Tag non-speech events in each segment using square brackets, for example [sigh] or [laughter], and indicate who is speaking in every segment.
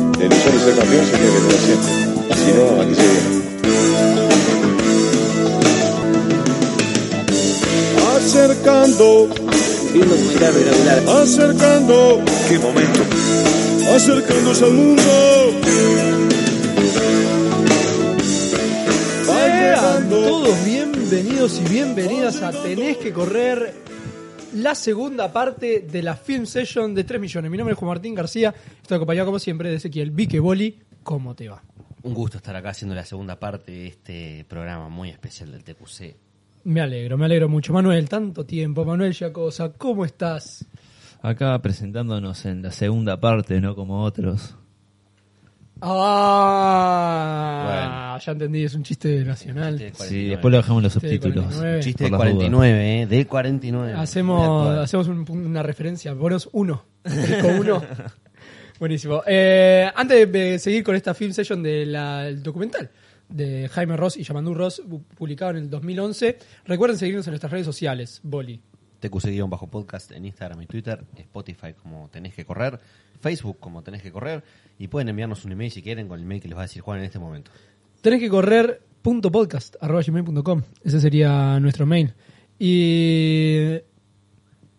Speaker 1: ser campeón se tiene que tener siempre. Si no, aquí se viene.
Speaker 2: Acercando,
Speaker 3: Vi un documental regular.
Speaker 2: acercando,
Speaker 1: Qué momento.
Speaker 2: acercándose al mundo.
Speaker 4: Sean
Speaker 2: Bailando.
Speaker 4: todos bienvenidos y bienvenidas a Tenés que correr la segunda parte de la Film Session de 3 millones. Mi nombre es Juan Martín García, estoy acompañado como siempre de Ezequiel Vique Boli. ¿Cómo te va?
Speaker 5: Un gusto estar acá haciendo la segunda parte de este programa muy especial del TQC.
Speaker 4: Me alegro, me alegro mucho. Manuel, tanto tiempo. Manuel Yacosa, ¿cómo estás?
Speaker 6: Acá presentándonos en la segunda parte, no como otros.
Speaker 4: Ah, ya entendí, es un chiste nacional.
Speaker 5: Chiste de
Speaker 6: Sí,
Speaker 5: 49.
Speaker 6: después lo dejamos en los
Speaker 4: Sí,
Speaker 6: subtítulos.
Speaker 4: 49.
Speaker 5: Chiste
Speaker 6: por
Speaker 5: del
Speaker 6: las dudas.
Speaker 5: 49, ¿eh? Del 49.
Speaker 4: Hacemos,
Speaker 5: Mira,
Speaker 4: hacemos un- una referencia, Boros 1. Disco
Speaker 5: [laughs]
Speaker 4: 1. Buenísimo. Eh, antes de seguir con esta film session del documental de Jaime Ross y Yamandú Ross, bu- publicado en el 2011, recuerden seguirnos en nuestras redes sociales, Boli.
Speaker 5: TQC-bajo podcast en Instagram y Twitter, Spotify como tenés que correr, Facebook como tenés que correr y pueden enviarnos un email si quieren con el email que les va a decir Juan en este momento.
Speaker 4: Tenés que correr punto podcast arroba gmail.com. Ese sería nuestro mail. Y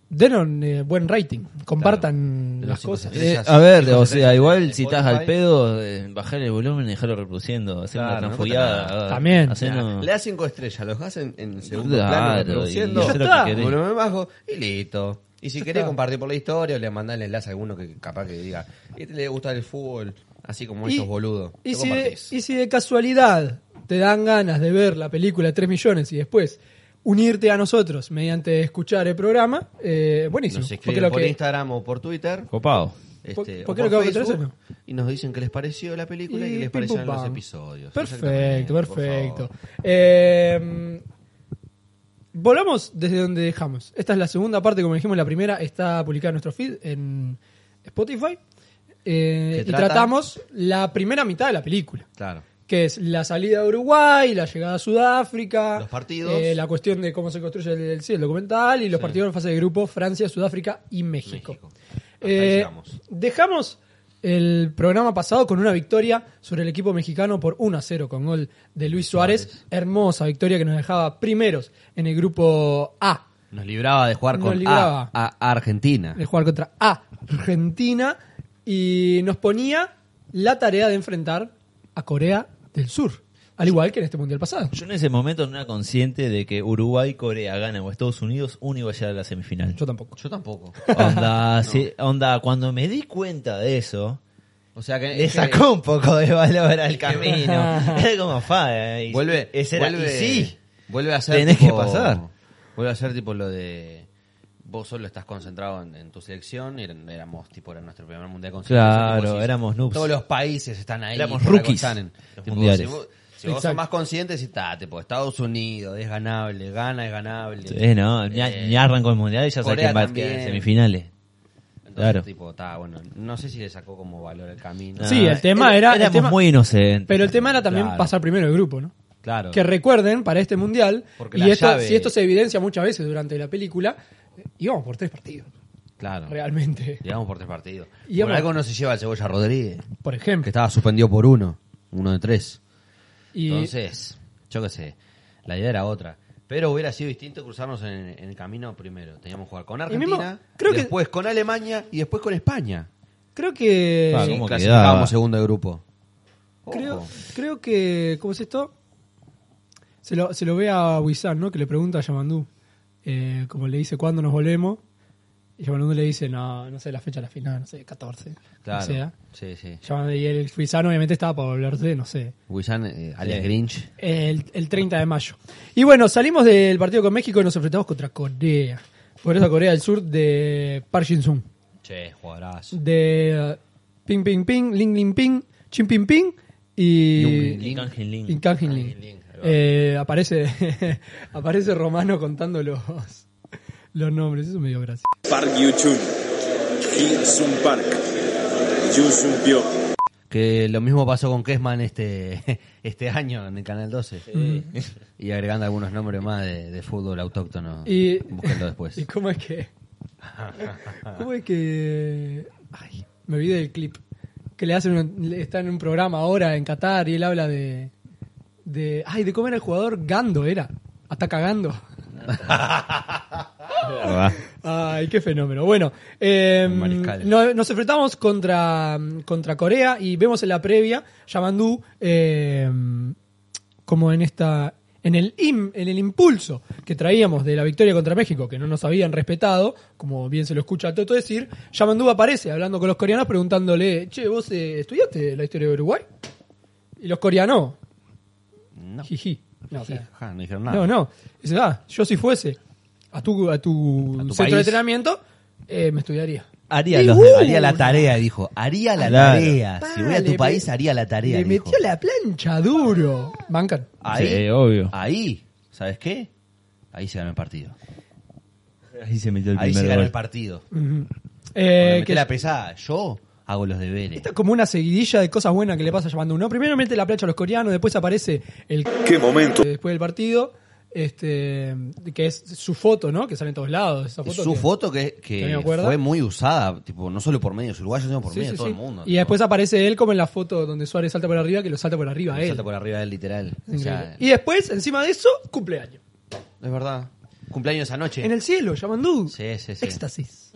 Speaker 4: denos eh, buen rating. Compartan
Speaker 5: Claro. De
Speaker 4: las
Speaker 5: los cinco
Speaker 4: cosas.
Speaker 5: estrellas.
Speaker 6: Eh, a ver,
Speaker 5: Cinco
Speaker 6: o sea,
Speaker 5: estrellas
Speaker 6: igual
Speaker 5: en
Speaker 6: si estás
Speaker 5: Spotify.
Speaker 6: al pedo, eh, bajar el volumen y dejarlo reproduciendo, hacer
Speaker 5: Claro,
Speaker 6: una
Speaker 5: no
Speaker 6: transfollada.
Speaker 5: pasa nada.
Speaker 6: ah,
Speaker 4: También.
Speaker 6: hacernos-
Speaker 5: Le das 5 estrellas, los hacen en en segundo
Speaker 6: Claro,
Speaker 5: plano,
Speaker 6: y
Speaker 5: reproduciendo,
Speaker 6: hacer
Speaker 4: lo que Ya está.
Speaker 6: querés.
Speaker 5: volumen bajo y listo. Y si
Speaker 4: Ya
Speaker 5: querés
Speaker 4: está.
Speaker 5: compartir por la historia, o le mandás el enlace a alguno que capaz que diga, este le gusta el fútbol, así como estos boludos.
Speaker 4: Y
Speaker 5: Lo
Speaker 4: si, de,
Speaker 5: compartís.
Speaker 4: y si de casualidad te dan ganas de ver la película 3 millones y después unirte a nosotros mediante escuchar el programa, eh, buenísimo.
Speaker 5: Nos
Speaker 4: porque
Speaker 5: escriben
Speaker 4: lo
Speaker 5: por
Speaker 4: que-
Speaker 5: Instagram o por Twitter.
Speaker 6: Copado.
Speaker 5: Este,
Speaker 4: ¿Por
Speaker 5: o
Speaker 4: qué lo acabo de traer
Speaker 5: Facebook, Y nos dicen qué les pareció la película y,
Speaker 4: y
Speaker 5: qué les
Speaker 4: pim, pum,
Speaker 5: parecieron los
Speaker 4: pam.
Speaker 5: episodios.
Speaker 4: Perfecto,
Speaker 5: Exactamente, por
Speaker 4: perfecto.
Speaker 5: favor.
Speaker 4: Eh, volvamos desde donde dejamos. Esta es la segunda parte, como dijimos, la primera está publicada en nuestro feed en Spotify. Eh,
Speaker 5: ¿Qué
Speaker 4: y
Speaker 5: trata?
Speaker 4: tratamos la primera mitad de la película.
Speaker 5: Claro.
Speaker 4: que es la salida de Uruguay, la llegada a Sudáfrica,
Speaker 5: Los partidos.
Speaker 4: eh, la cuestión de cómo se construye el, el- sí, el documental y los partidos en fase de grupo Francia, Sudáfrica y México.
Speaker 5: México. Hasta
Speaker 4: Eh,
Speaker 5: ahí llegamos.
Speaker 4: dejamos el programa pasado con una victoria sobre el equipo mexicano por 1 a 0 con gol de Luis Suárez. Hermosa victoria que nos dejaba primeros en el grupo A
Speaker 5: Nos libraba de jugar
Speaker 4: Nos
Speaker 5: con
Speaker 4: libraba.
Speaker 5: a, a Argentina.
Speaker 4: de jugar contra Argentina y nos ponía la tarea de enfrentar a Corea del Sur, al igual que en este mundial pasado.
Speaker 6: Yo en ese momento no era consciente de que Uruguay, Corea, Gana o Estados Unidos, uno iba a llegar a la semifinal.
Speaker 4: Yo tampoco.
Speaker 5: Yo tampoco.
Speaker 6: [laughs] Onda, sí, onda, cuando me di cuenta de eso,
Speaker 5: O sea que.
Speaker 6: le
Speaker 5: es que-
Speaker 6: sacó un poco de valor al
Speaker 5: que- [laughs]
Speaker 6: camino. Era como fa, eh, y-
Speaker 5: Vuelve.
Speaker 6: ese era,
Speaker 5: vuelve-
Speaker 6: y sí.
Speaker 5: Vuelve a ser.
Speaker 6: Tenés que
Speaker 5: tipo-
Speaker 6: pasar.
Speaker 5: Vuelve a ser tipo lo de. Vos solo estás concentrado en, en tu selección. y eran- éramos, tipo, era nuestro primer mundial con selección,
Speaker 6: Claro,
Speaker 5: y vos decís,
Speaker 6: éramos noobs.
Speaker 5: Todos los países están ahí.
Speaker 6: Éramos
Speaker 5: por algo
Speaker 6: rookies,
Speaker 5: están en-
Speaker 6: los
Speaker 5: tipo,
Speaker 6: mundiales.
Speaker 5: Si vos, si vos sos
Speaker 4: Exacto.
Speaker 5: más consciente, si está, tipo, Estados Unidos es ganable, gana es ganable.
Speaker 6: Sí, no, ni,
Speaker 5: Eh,
Speaker 6: ni arrancó el mundial y ya sabés
Speaker 5: Corea
Speaker 6: quién va a
Speaker 5: también.
Speaker 6: quedar en semifinales.
Speaker 5: Entonces,
Speaker 6: claro.
Speaker 5: tipo, está, bueno, no sé si le sacó como valor el camino.
Speaker 4: Sí,
Speaker 6: Ah,
Speaker 4: el tema era- el
Speaker 6: Éramos
Speaker 4: tema-
Speaker 6: muy inocentes.
Speaker 4: Pero el tema era también
Speaker 5: Claro.
Speaker 4: pasar primero el grupo, ¿no?
Speaker 5: Claro.
Speaker 4: Que recuerden para este mundial,
Speaker 5: Porque
Speaker 4: y
Speaker 5: la
Speaker 4: esto,
Speaker 5: llave-
Speaker 4: si esto se evidencia muchas veces durante la película, eh, íbamos por tres partidos,
Speaker 5: Claro.
Speaker 4: realmente.
Speaker 5: Llegamos por tres partidos.
Speaker 4: Y
Speaker 5: por
Speaker 4: vamos-
Speaker 5: algo no se lleva el Cebolla Rodríguez,
Speaker 4: Por
Speaker 5: que
Speaker 4: ejemplo.
Speaker 5: estaba suspendido por uno, uno de tres.
Speaker 4: Y
Speaker 5: Entonces, yo qué sé, la idea era otra. Pero hubiera sido distinto cruzarnos en, en el camino primero. Teníamos que jugar con
Speaker 4: Y mismo,
Speaker 5: Argentina,
Speaker 4: creo que-
Speaker 5: después con Alemania y después con España.
Speaker 4: creo que.
Speaker 6: Ah,
Speaker 5: Sí,
Speaker 6: ¿cómo
Speaker 5: clasificábamos
Speaker 6: quedaba?
Speaker 5: segundo de grupo.
Speaker 4: Creo,
Speaker 5: Ojo.
Speaker 4: creo que. ¿Cómo es esto? Se lo, se lo ve a Wissam, ¿no? Que le pregunta a Yamandú. eh, como le dice, ¿cuándo nos volvemos? Y Yamandú le dice, no, no sé la fecha de la final, no sé, 14.
Speaker 5: Claro.
Speaker 4: O sea,
Speaker 5: sí, sí.
Speaker 4: Yamandú- y el Wissam obviamente estaba para volverse, no sé,
Speaker 5: Willian, eh, alias
Speaker 6: Sí.
Speaker 5: Grinch.
Speaker 4: El, el 30 de mayo. Y bueno, salimos del partido con México y nos enfrentamos contra Corea. Por eso Corea del Sur de Park Jin-sung.
Speaker 5: Che, jugadorazo.
Speaker 4: De eh, Ping Ping Ping, Ling Ling Ping, Chin Ping Ping y...
Speaker 6: Y Kang Jin Ling.
Speaker 4: Y Kang Jin Ling.
Speaker 5: Kang Jin Ling, ahí va.
Speaker 4: Eh, aparece, [laughs] aparece Romano contando los, los nombres. Eso me dio gracia.
Speaker 2: Park Yu-chun, Hee Sun Park, Yoo Sun Pyo.
Speaker 5: Que lo mismo pasó con Kessman este, [laughs] este año en el Canal 12. Y agregando algunos nombres más de, de fútbol autóctono.
Speaker 4: Y,
Speaker 5: Búsquenlo después.
Speaker 4: ¿Y [laughs] cómo es que...? ¿Cómo es que...? Ay, me olvidé del clip. que le hacen un- le- está en un programa ahora en Qatar y él habla de de ay de cómo era el jugador Gando era hasta cagando
Speaker 5: Ah,
Speaker 4: ay qué fenómeno bueno eh,
Speaker 5: Un mariscal.
Speaker 4: no- nos enfrentamos contra contra Corea y vemos en la previa Yamandú eh, como en esta en el im- en el impulso que traíamos de la victoria contra México que no nos habían respetado como bien se lo escucha a Toto decir Yamandú aparece hablando con los coreanos preguntándole che vos eh, estudiaste la historia de Uruguay y los coreanos
Speaker 5: No.
Speaker 4: jiji no, o sea,
Speaker 5: Ajá, no dijeron nada.
Speaker 4: no no dice ah yo si fuese a tu a tu,
Speaker 5: A tu
Speaker 4: centro
Speaker 5: país.
Speaker 4: de entrenamiento eh, me estudiaría
Speaker 6: Haría,
Speaker 4: Y
Speaker 6: los-
Speaker 4: uh,
Speaker 6: haría la tarea, dijo. Haría la
Speaker 4: Claro.
Speaker 6: tarea.
Speaker 4: Pa,
Speaker 6: Si voy a tu
Speaker 4: le
Speaker 6: país,
Speaker 4: met-
Speaker 6: haría la tarea.
Speaker 4: le
Speaker 6: dijo.
Speaker 4: metió la plancha duro bancan
Speaker 5: Ahí,
Speaker 6: Sí, obvio.
Speaker 5: ahí, ¿sabes qué? Ahí se ganó el partido.
Speaker 6: Ahí se metió el
Speaker 5: ahí
Speaker 6: primer
Speaker 5: se ganó
Speaker 6: gol.
Speaker 5: el partido.
Speaker 4: Ujú.
Speaker 5: Cuando
Speaker 4: Eh,
Speaker 5: metés
Speaker 4: que-
Speaker 5: la pesada, yo hago los deberes.
Speaker 4: Esta es como una seguidilla de cosas buenas que le pasa a Yamandu, ¿no? Primero mete la plancha a los coreanos, después aparece el c-
Speaker 1: ¡Qué momento!
Speaker 4: después del partido, este que es su foto, ¿no? Que sale en todos lados. Esa foto
Speaker 5: Su
Speaker 4: que-
Speaker 5: foto que, que
Speaker 4: ¿Te acuerdas?
Speaker 5: fue muy usada, tipo, no solo por medios uruguayos, sino por
Speaker 4: Sí,
Speaker 5: medios
Speaker 4: sí,
Speaker 5: de todo
Speaker 4: sí.
Speaker 5: el mundo.
Speaker 4: Y
Speaker 5: tipo.
Speaker 4: después aparece él como en la foto donde Suárez salta por arriba, que lo salta por arriba a él.
Speaker 5: Salta por arriba del literal. O sea,
Speaker 4: Increíble. y después, encima de eso, cumpleaños.
Speaker 5: es verdad. Cumpleaños anoche.
Speaker 4: En el cielo, Yamandú.
Speaker 5: Sí, sí, sí.
Speaker 4: Éxtasis.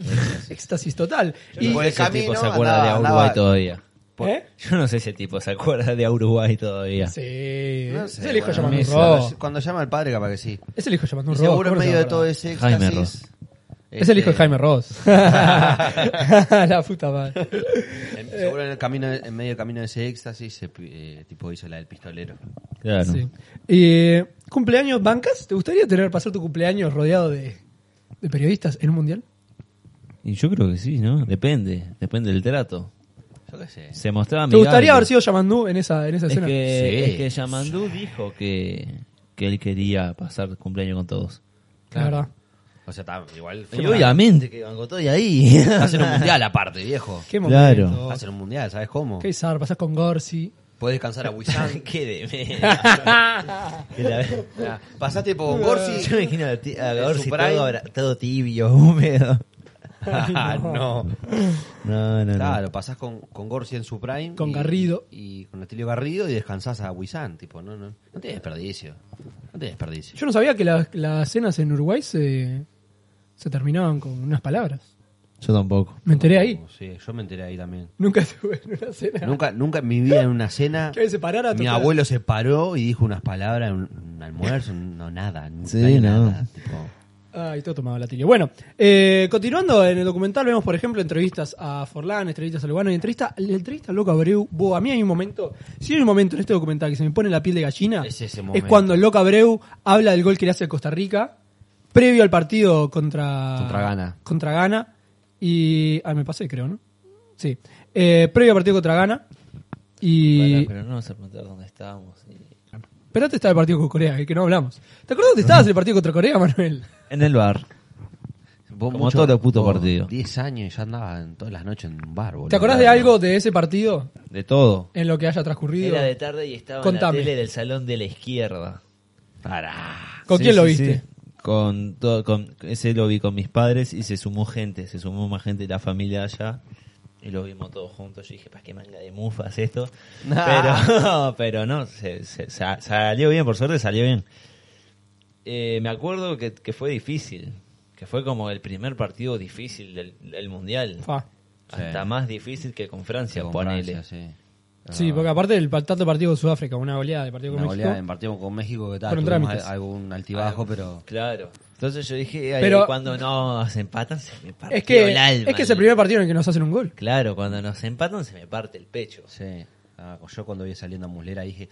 Speaker 4: Éxtasis total.
Speaker 5: Y-
Speaker 4: Y,
Speaker 5: Por el
Speaker 6: Ese tipo
Speaker 5: camino
Speaker 6: se acuerda
Speaker 5: andaba-
Speaker 6: de Uruguay
Speaker 5: andaba-
Speaker 6: todavía.
Speaker 4: ¿Eh?
Speaker 6: Yo no sé si ese tipo se acuerda de Uruguay todavía.
Speaker 4: Sí.
Speaker 5: No
Speaker 4: es
Speaker 5: sé,
Speaker 4: el hijo de
Speaker 5: bueno,
Speaker 4: Yamandú
Speaker 5: eso.
Speaker 4: Ross.
Speaker 5: Cuando- Cuando llama al padre, capaz que sí.
Speaker 4: Es el hijo de Yamandú
Speaker 5: Y
Speaker 4: Ross.
Speaker 5: seguro en
Speaker 4: ¿cómo no se
Speaker 5: medio
Speaker 4: va a
Speaker 5: de todo este-
Speaker 4: acordar?
Speaker 5: ese
Speaker 6: Jaime
Speaker 5: éxtasis,
Speaker 4: Es el hijo de
Speaker 5: este,
Speaker 4: Jaime Ross.
Speaker 5: [laughs]
Speaker 4: [laughs] la puta madre.
Speaker 5: en-
Speaker 4: Eh,
Speaker 5: seguro en, el camino, de- en medio del camino de ese éxtasis, se pi- eh, tipo hizo la del pistolero.
Speaker 6: Claro.
Speaker 4: Sí. Eh, ¿Cumpleaños bancas? ¿Te gustaría tener pasar tu cumpleaños rodeado de, de periodistas en un mundial?
Speaker 6: Y yo creo que sí, ¿no? Depende. Depende del trato.
Speaker 5: Yo qué sé.
Speaker 6: Se mostraba
Speaker 4: ¿Te gustaría
Speaker 6: amigable.
Speaker 4: haber sido Yamandú en esa, en esa
Speaker 6: Es
Speaker 4: escena?
Speaker 6: que,
Speaker 5: Sí.
Speaker 6: es que Yamandú dijo que, que él quería pasar cumpleaños con todos.
Speaker 4: La verdad.
Speaker 5: O sea, está igual.
Speaker 6: Y obviamente que bancó todo y ahí.
Speaker 5: Hacen
Speaker 6: [laughs]
Speaker 5: un mundial aparte, viejo.
Speaker 4: [laughs] Qué
Speaker 6: Claro.
Speaker 4: momento.
Speaker 5: Hacen un mundial, ¿sabes cómo?
Speaker 4: Qué zar, pasás con Gorsi.
Speaker 5: Podés descansar a
Speaker 4: [laughs]
Speaker 5: Wisan.
Speaker 6: Qué [laughs] de mierda. Que la-
Speaker 5: Pasaste por
Speaker 6: Yo me
Speaker 5: Gorsi.
Speaker 6: imagino a ti- a
Speaker 5: En
Speaker 6: Gorsi
Speaker 5: su prime.
Speaker 6: todo, abra- todo tibio, [laughs] húmedo.
Speaker 5: Ah, no.
Speaker 6: No, no, no.
Speaker 5: Claro, pasás con, con Gorsi en su prime.
Speaker 4: Con
Speaker 5: y-
Speaker 4: Garrido.
Speaker 5: Y con Estilio Garrido y descansás a Wisan. Tipo, no, no. No tiene desperdicio. No tiene desperdicio.
Speaker 4: Yo no sabía que las, las cenas en Uruguay se, se terminaban con unas palabras.
Speaker 6: Yo tampoco.
Speaker 4: Me enteré ahí.
Speaker 5: Sí, yo me enteré ahí también.
Speaker 4: Nunca estuve en una cena.
Speaker 5: Nunca, nunca en mi vida en una cena.
Speaker 4: Que se parara a
Speaker 5: Mi
Speaker 4: tocar.
Speaker 5: abuelo se paró y dijo unas palabras en un un almuerzo, no nada, no
Speaker 6: Sí,
Speaker 5: hay
Speaker 6: no.
Speaker 5: nada. tipo.
Speaker 4: Ay, todo tomado la tele. Bueno, eh, continuando en el documental, vemos, por ejemplo, entrevistas a Forlán, entrevistas a Lugano, y entrevista, la entrevista a Loco Abreu. Buah, a mí hay un momento, si hay un momento en este documental que se me pone la piel de gallina,
Speaker 5: Es ese momento.
Speaker 4: cuando Loco Abreu habla del gol que le hace a Costa Rica, previo al partido contra...
Speaker 5: Contra Ghana.
Speaker 4: Contra Ghana, y... Ah, me pasé, creo, ¿no? Sí. Eh, previo al partido contra Ghana, y...
Speaker 6: Pará, pero no vas a preguntar dónde estábamos.
Speaker 4: Espérate, estaba el partido con Corea, el que no hablamos. ¿Te acuerdas dónde estabas en el partido contra Corea, Manuel?
Speaker 6: En el bar.
Speaker 5: Vos
Speaker 6: Como todos los putos
Speaker 5: vos,
Speaker 6: partidos.
Speaker 5: 10 años y ya andaba en todas las noches en un bar, boludo.
Speaker 4: ¿Te acordás de algo de ese partido?
Speaker 6: De todo.
Speaker 4: en lo que haya transcurrido.
Speaker 6: Era de tarde y estaba
Speaker 4: Contame.
Speaker 6: en la tele del salón de la izquierda.
Speaker 5: Pará.
Speaker 4: ¿Con
Speaker 6: Sí,
Speaker 4: quién lo
Speaker 6: sí,
Speaker 4: viste?
Speaker 6: sí. Con, todo, con ese lo vi con mis padres y se sumó gente, se sumó más gente de la familia allá y lo vimos todos juntos. Yo dije, ¿para qué manga de
Speaker 4: [laughs]
Speaker 6: mufas esto? Pero, [laughs] pero no, se- se- sa- salió bien, por suerte salió bien. Eh, me acuerdo que, que fue difícil, que fue como el primer partido difícil del, del mundial.
Speaker 4: Fa.
Speaker 6: Hasta
Speaker 5: Sí.
Speaker 6: más difícil que con Francia,
Speaker 5: Con
Speaker 6: ponele.
Speaker 5: Francia, sí.
Speaker 4: Sí, porque aparte del pa- tanto partido con Sudáfrica, una goleada de partido con
Speaker 5: Una
Speaker 4: México.
Speaker 5: goleada en partido con México que tal,
Speaker 4: Fueron
Speaker 5: tuvimos
Speaker 4: trámites.
Speaker 5: al- algún
Speaker 4: Ah,
Speaker 5: altibajo, pero
Speaker 6: Claro. Entonces yo dije, ay,
Speaker 4: Pero-
Speaker 6: cuando nos empatan se me partió
Speaker 4: Es que,
Speaker 6: el alma.
Speaker 4: es que es el primer partido en el que nos hacen un gol.
Speaker 6: Claro, cuando nos empatan se me parte el pecho.
Speaker 5: sí. Ah, yo cuando vi saliendo a Muslera dije,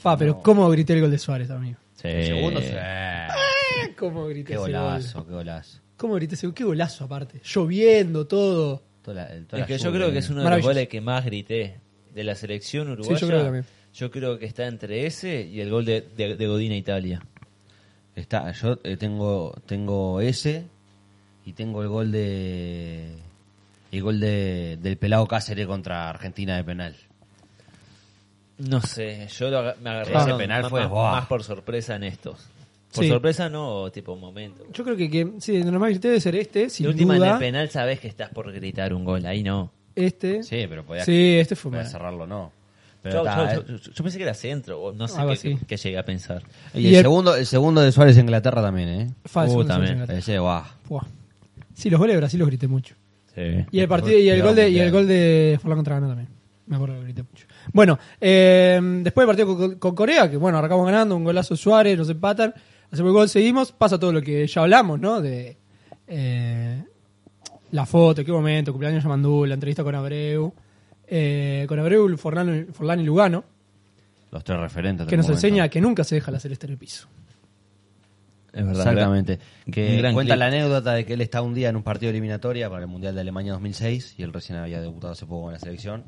Speaker 4: Fa, pero ¿cómo grité el gol de Suárez,
Speaker 6: [laughs]
Speaker 4: amigo?
Speaker 5: el segundo sí.
Speaker 4: Ah, ¿Cómo grité
Speaker 5: eh, Qué
Speaker 4: ese
Speaker 5: golazo,
Speaker 4: gol?
Speaker 5: qué golazo.
Speaker 4: ¿Cómo grité ese gol? Qué golazo aparte. Lloviendo, todo.
Speaker 5: Toda la- toda
Speaker 6: Es
Speaker 5: la
Speaker 6: que yo
Speaker 5: lluvia,
Speaker 6: creo que
Speaker 5: eh.
Speaker 6: es uno de los
Speaker 4: Maravilloso.
Speaker 6: goles que más grité de la selección uruguaya.
Speaker 4: yo creo que también.
Speaker 6: Yo creo que está entre ese y el gol de, de, de Godín a Italia.
Speaker 5: Está, yo eh, tengo tengo ese y tengo el gol de el gol de, del pelado Cáceres contra Argentina de penal.
Speaker 6: No sé, yo lo aga- me agarré
Speaker 5: Ese
Speaker 6: más-
Speaker 5: penal
Speaker 6: más,
Speaker 5: fue,
Speaker 6: más-
Speaker 5: ¡buah!
Speaker 6: más por sorpresa en estos. Por
Speaker 4: Sí.
Speaker 6: sorpresa no, tipo momento.
Speaker 4: Yo creo que, que sí, de lo más grité debe ser este, sin
Speaker 6: la última en
Speaker 4: duda.
Speaker 6: el penal sabes que estás por gritar un gol, ahí no.
Speaker 4: este.
Speaker 5: Sí, pero podía,
Speaker 4: Sí, este fue
Speaker 5: podía
Speaker 4: mal.
Speaker 5: cerrarlo, no. Pero
Speaker 6: Yo,
Speaker 5: ta,
Speaker 6: yo-
Speaker 5: eh,
Speaker 6: yo- yo- yo pensé que era centro, o no sé
Speaker 4: Algo
Speaker 6: qué,
Speaker 4: así.
Speaker 6: qué llegué a pensar.
Speaker 5: Y,
Speaker 4: y
Speaker 5: el,
Speaker 4: el-
Speaker 5: segundo, el segundo de Suárez en Inglaterra también, ¿eh?
Speaker 4: Falso.
Speaker 6: Uh,
Speaker 4: no sé,
Speaker 6: también.
Speaker 4: Inglaterra.
Speaker 5: Ese, guau.
Speaker 4: Buah. Sí, los goles de Brasil los grité mucho.
Speaker 6: Sí.
Speaker 4: Y el partido y el gol de y el gol de Forlán contra Ghana también. Me acuerdo que grité mucho. Bueno, eh, después del partido con, con Corea, que bueno, arrancamos ganando, un golazo Suárez, nos empatan, hacemos el gol, seguimos, pasa todo lo que ya hablamos, ¿no? De eh, la foto, qué momento, cumpleaños de Yamandú, la entrevista con Abreu, eh, con Abreu, Forlán, Forlán y Lugano,
Speaker 5: Los tres referentes. este
Speaker 4: que nos enseña que nunca se deja la celeste en el piso.
Speaker 6: Es verdad.
Speaker 5: Exactamente.
Speaker 6: Un
Speaker 5: Que
Speaker 6: gran
Speaker 5: cuenta
Speaker 6: clip.
Speaker 5: la anécdota de que él está un día en un partido eliminatoria para el Mundial de Alemania 2006 y él recién había debutado hace poco en la selección,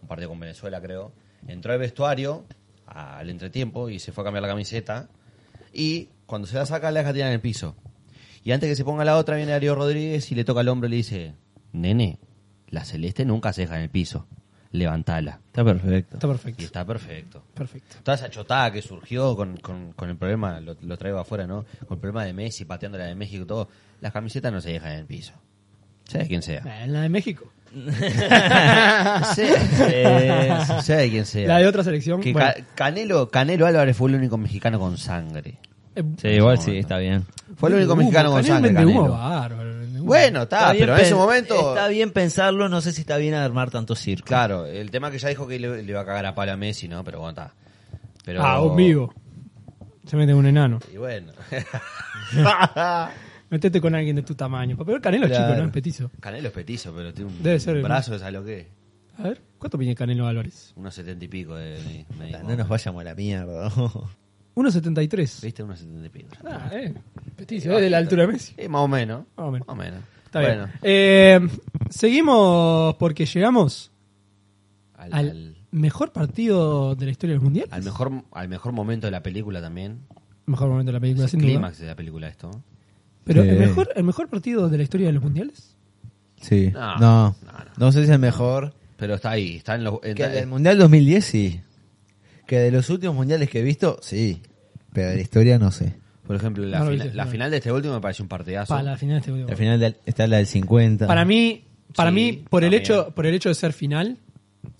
Speaker 5: un partido con Venezuela creo. Entró al vestuario, al entretiempo, y se fue a cambiar la camiseta y cuando se la saca la deja tirada en el piso. Y antes que se ponga la otra viene Darío Rodríguez y le toca el hombro y le dice, nene, la celeste nunca se deja en el piso, levantala.
Speaker 6: Está perfecto.
Speaker 4: Está
Speaker 5: Y
Speaker 4: perfecto.
Speaker 5: está perfecto.
Speaker 4: Perfecto.
Speaker 5: Toda esa chotada que surgió con, con- con el problema, lo, lo traigo afuera, ¿no? Con el problema de Messi pateando la de México y todo. Las camisetas no se dejan en el piso. Sea de quien [laughs] sea.
Speaker 4: Eh, La de México.
Speaker 5: sea, sí, eh, sea de quien sea.
Speaker 4: La de otra selección,
Speaker 5: Que
Speaker 4: bueno.
Speaker 5: Ca- Canelo, Canelo Álvarez fue el único mexicano con sangre.
Speaker 4: Eh,
Speaker 6: Sí, igual sí, está bien.
Speaker 5: Fue el único
Speaker 4: Hugo,
Speaker 5: mexicano con
Speaker 4: uh, Canelo ah.
Speaker 5: sangre,
Speaker 4: vende humo,
Speaker 5: Canelo.
Speaker 4: bárbaro, vende humo.
Speaker 5: Bueno, está, Ah,
Speaker 6: bien
Speaker 5: pero en ese
Speaker 6: pen-
Speaker 5: momento...
Speaker 6: Está bien pensarlo, no sé si está bien armar tanto circo.
Speaker 5: Claro, el tema que ya dijo que le, le iba a cagar a palo a Messi, ¿no? Pero bueno, está. Pero...
Speaker 4: Ah, un vivo. Se mete un enano.
Speaker 5: Y
Speaker 4: [laughs]
Speaker 5: bueno. [laughs]
Speaker 4: Metete con alguien de tu tamaño. Pero el Canelo es
Speaker 5: Claro.
Speaker 4: chico, no es petizo.
Speaker 5: Canelo es petizo, pero tiene un
Speaker 4: Debe ser el-
Speaker 5: brazo, ¿sabes lo que es?
Speaker 4: A ver, ¿cuánto mide Canelo Álvarez?
Speaker 5: Unos setenta y pico de, de- me dijo.
Speaker 6: No nos vayamos a la mierda. [laughs]
Speaker 4: 1,73.
Speaker 5: ¿Viste? Unos setenta y pico.
Speaker 4: Ah, eh. Petizo, es de la altura de Messi.
Speaker 5: Sí, más o menos.
Speaker 4: Más o menos. Está
Speaker 5: bueno,
Speaker 4: bien. Eh, seguimos porque llegamos
Speaker 5: Al,
Speaker 4: al,
Speaker 5: al-
Speaker 4: mejor partido de la historia del Mundial.
Speaker 5: al mejor, al mejor momento de la película también.
Speaker 4: Mejor momento de la película,
Speaker 5: Es
Speaker 4: sin
Speaker 5: el
Speaker 4: duda.
Speaker 5: clímax de la película esto.
Speaker 4: Pero el
Speaker 6: Sí.
Speaker 4: mejor, el mejor partido de la historia de los Mundiales.
Speaker 6: Sí.
Speaker 5: No,
Speaker 6: No,
Speaker 5: no,
Speaker 6: no,
Speaker 5: no.
Speaker 6: sé si es el mejor.
Speaker 5: Pero está ahí, está en los... en-
Speaker 6: Que el del
Speaker 5: eh,
Speaker 6: Mundial 2010 sí. Que de los últimos mundiales que he visto, sí. Pero de la historia no sé.
Speaker 5: por ejemplo, la,
Speaker 4: No lo
Speaker 5: fina-
Speaker 4: viste,
Speaker 5: la
Speaker 4: no.
Speaker 5: final de este último me pareció un partidazo.
Speaker 4: Para la final de este
Speaker 6: Al
Speaker 4: mundial.
Speaker 6: final del- está la del 50.
Speaker 4: Para mí, para
Speaker 5: Sí,
Speaker 4: mí por, el
Speaker 5: también.
Speaker 4: hecho, por el hecho de ser final,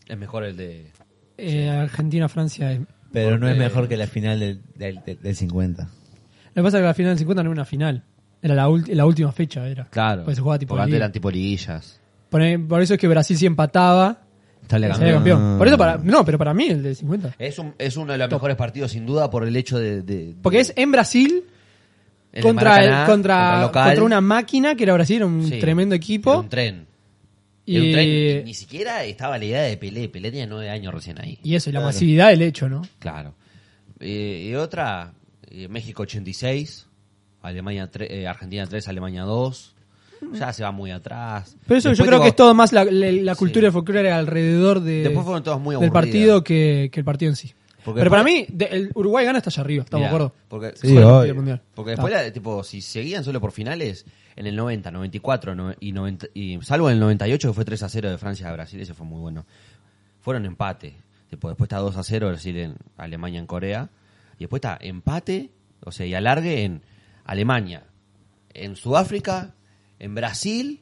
Speaker 5: Es mejor el de...
Speaker 4: eh, Argentina-Francia es
Speaker 6: Pero no es
Speaker 5: porque-
Speaker 6: mejor que la final del, del, del- del 50.
Speaker 4: Lo que pasa es que la final del 50 no era una final. Era la, ulti- la última fecha, era.
Speaker 5: Claro.
Speaker 4: Porque se jugaba tipo
Speaker 5: Porque antes
Speaker 4: liga.
Speaker 5: eran tipo liguillas.
Speaker 4: Por, ahí- por eso es que Brasil sí empataba.
Speaker 5: Está
Speaker 4: y
Speaker 5: la
Speaker 4: salía
Speaker 5: campeona.
Speaker 6: Ah.
Speaker 4: campeón. Por eso para. No, pero para mí el del 50.
Speaker 5: Es, un- es uno de los mejores partidos, sin duda, por el hecho de... de-
Speaker 4: Porque es en Brasil
Speaker 5: el de
Speaker 4: contra,
Speaker 5: Maracaná,
Speaker 4: el, contra,
Speaker 5: el local.
Speaker 4: contra una máquina que era Brasil, era un
Speaker 5: Sí,
Speaker 4: tremendo
Speaker 5: era
Speaker 4: equipo.
Speaker 5: Un tren.
Speaker 4: Y,
Speaker 5: Era un tren que ni siquiera estaba la idea de Pelé. Pelé tenía nueve años recién ahí.
Speaker 4: y eso, y la masividad del hecho, ¿no?
Speaker 5: Claro. Eh, y otra, eh, México 86, Alemania tre- eh, Argentina 3, Alemania 2. Ya se va muy atrás.
Speaker 4: Pero eso yo
Speaker 5: Después,
Speaker 4: creo
Speaker 5: tipo,
Speaker 4: que es todo más la, la- la
Speaker 5: Sí.
Speaker 4: cultura de folclore alrededor de,
Speaker 5: Después fueron todas muy
Speaker 4: del
Speaker 5: aburridas.
Speaker 4: partido que, que el partido en sí.
Speaker 5: Porque
Speaker 4: pero
Speaker 5: después-
Speaker 4: para mí, de- el Uruguay gana hasta allá arriba, estamos de
Speaker 5: mirá,
Speaker 4: acuerdo.
Speaker 5: Porque,
Speaker 6: Sí,
Speaker 4: Con el
Speaker 6: obvio.
Speaker 4: partido del Mundial.
Speaker 5: porque
Speaker 4: Está.
Speaker 5: después, era, tipo, si seguían solo por finales, en el 90, 94 no- y, 90, y salvo en el 98 que fue 3 a 0 de Francia a Brasil, ese fue muy bueno. Fueron empate. Tipo, después está 2 a 0 Brasil en Alemania en Corea. Y después está empate, o sea, y alargue en Alemania, en Sudáfrica, en Brasil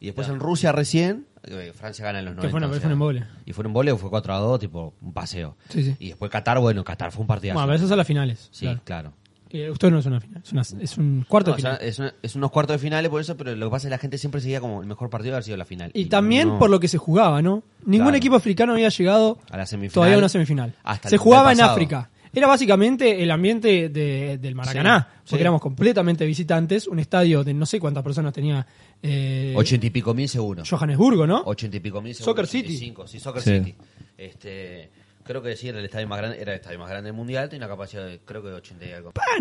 Speaker 5: y después en Rusia recién. eh, Francia gana en los 90.
Speaker 4: Que fue una-
Speaker 5: o
Speaker 4: fue
Speaker 5: sea,
Speaker 4: un embole.
Speaker 5: Y fue un embole, fue 4 a 2, tipo un paseo.
Speaker 4: Sí, sí.
Speaker 5: Y después Qatar, bueno, Qatar fue un partido.
Speaker 4: Bueno, pero esas son las finales.
Speaker 5: Sí,
Speaker 4: claro.
Speaker 5: claro.
Speaker 4: Eh, usted no es una final, es, una- es un cuarto
Speaker 5: No,
Speaker 4: de final.
Speaker 5: o sea, es, una- es unos cuartos de finales por eso, pero lo que pasa es que la gente siempre seguía como el mejor partido haber sido la final.
Speaker 4: y también
Speaker 5: no.
Speaker 4: por lo que se jugaba, ¿no? Ningún
Speaker 5: Claro.
Speaker 4: equipo africano había llegado
Speaker 5: A la semifinal.
Speaker 4: todavía a una semifinal.
Speaker 5: Hasta el
Speaker 4: se jugaba en
Speaker 5: pasado.
Speaker 4: África. Era básicamente el ambiente de- del Maracaná,
Speaker 5: Sí,
Speaker 4: porque
Speaker 5: sí.
Speaker 4: éramos completamente visitantes, un estadio de no sé cuántas personas tenía eh,
Speaker 5: Ochenta y pico mil seguro.
Speaker 4: Johannesburgo, ¿no?
Speaker 5: Ochenta y pico mil seguro.
Speaker 4: Soccer City.
Speaker 5: 85, Sí, Soccer
Speaker 6: Sí.
Speaker 5: City. Este, creo que sí, era el estadio más grande, era el estadio más grande del mundial, tenía una capacidad de, creo que de ochenta y algo.
Speaker 4: Ah,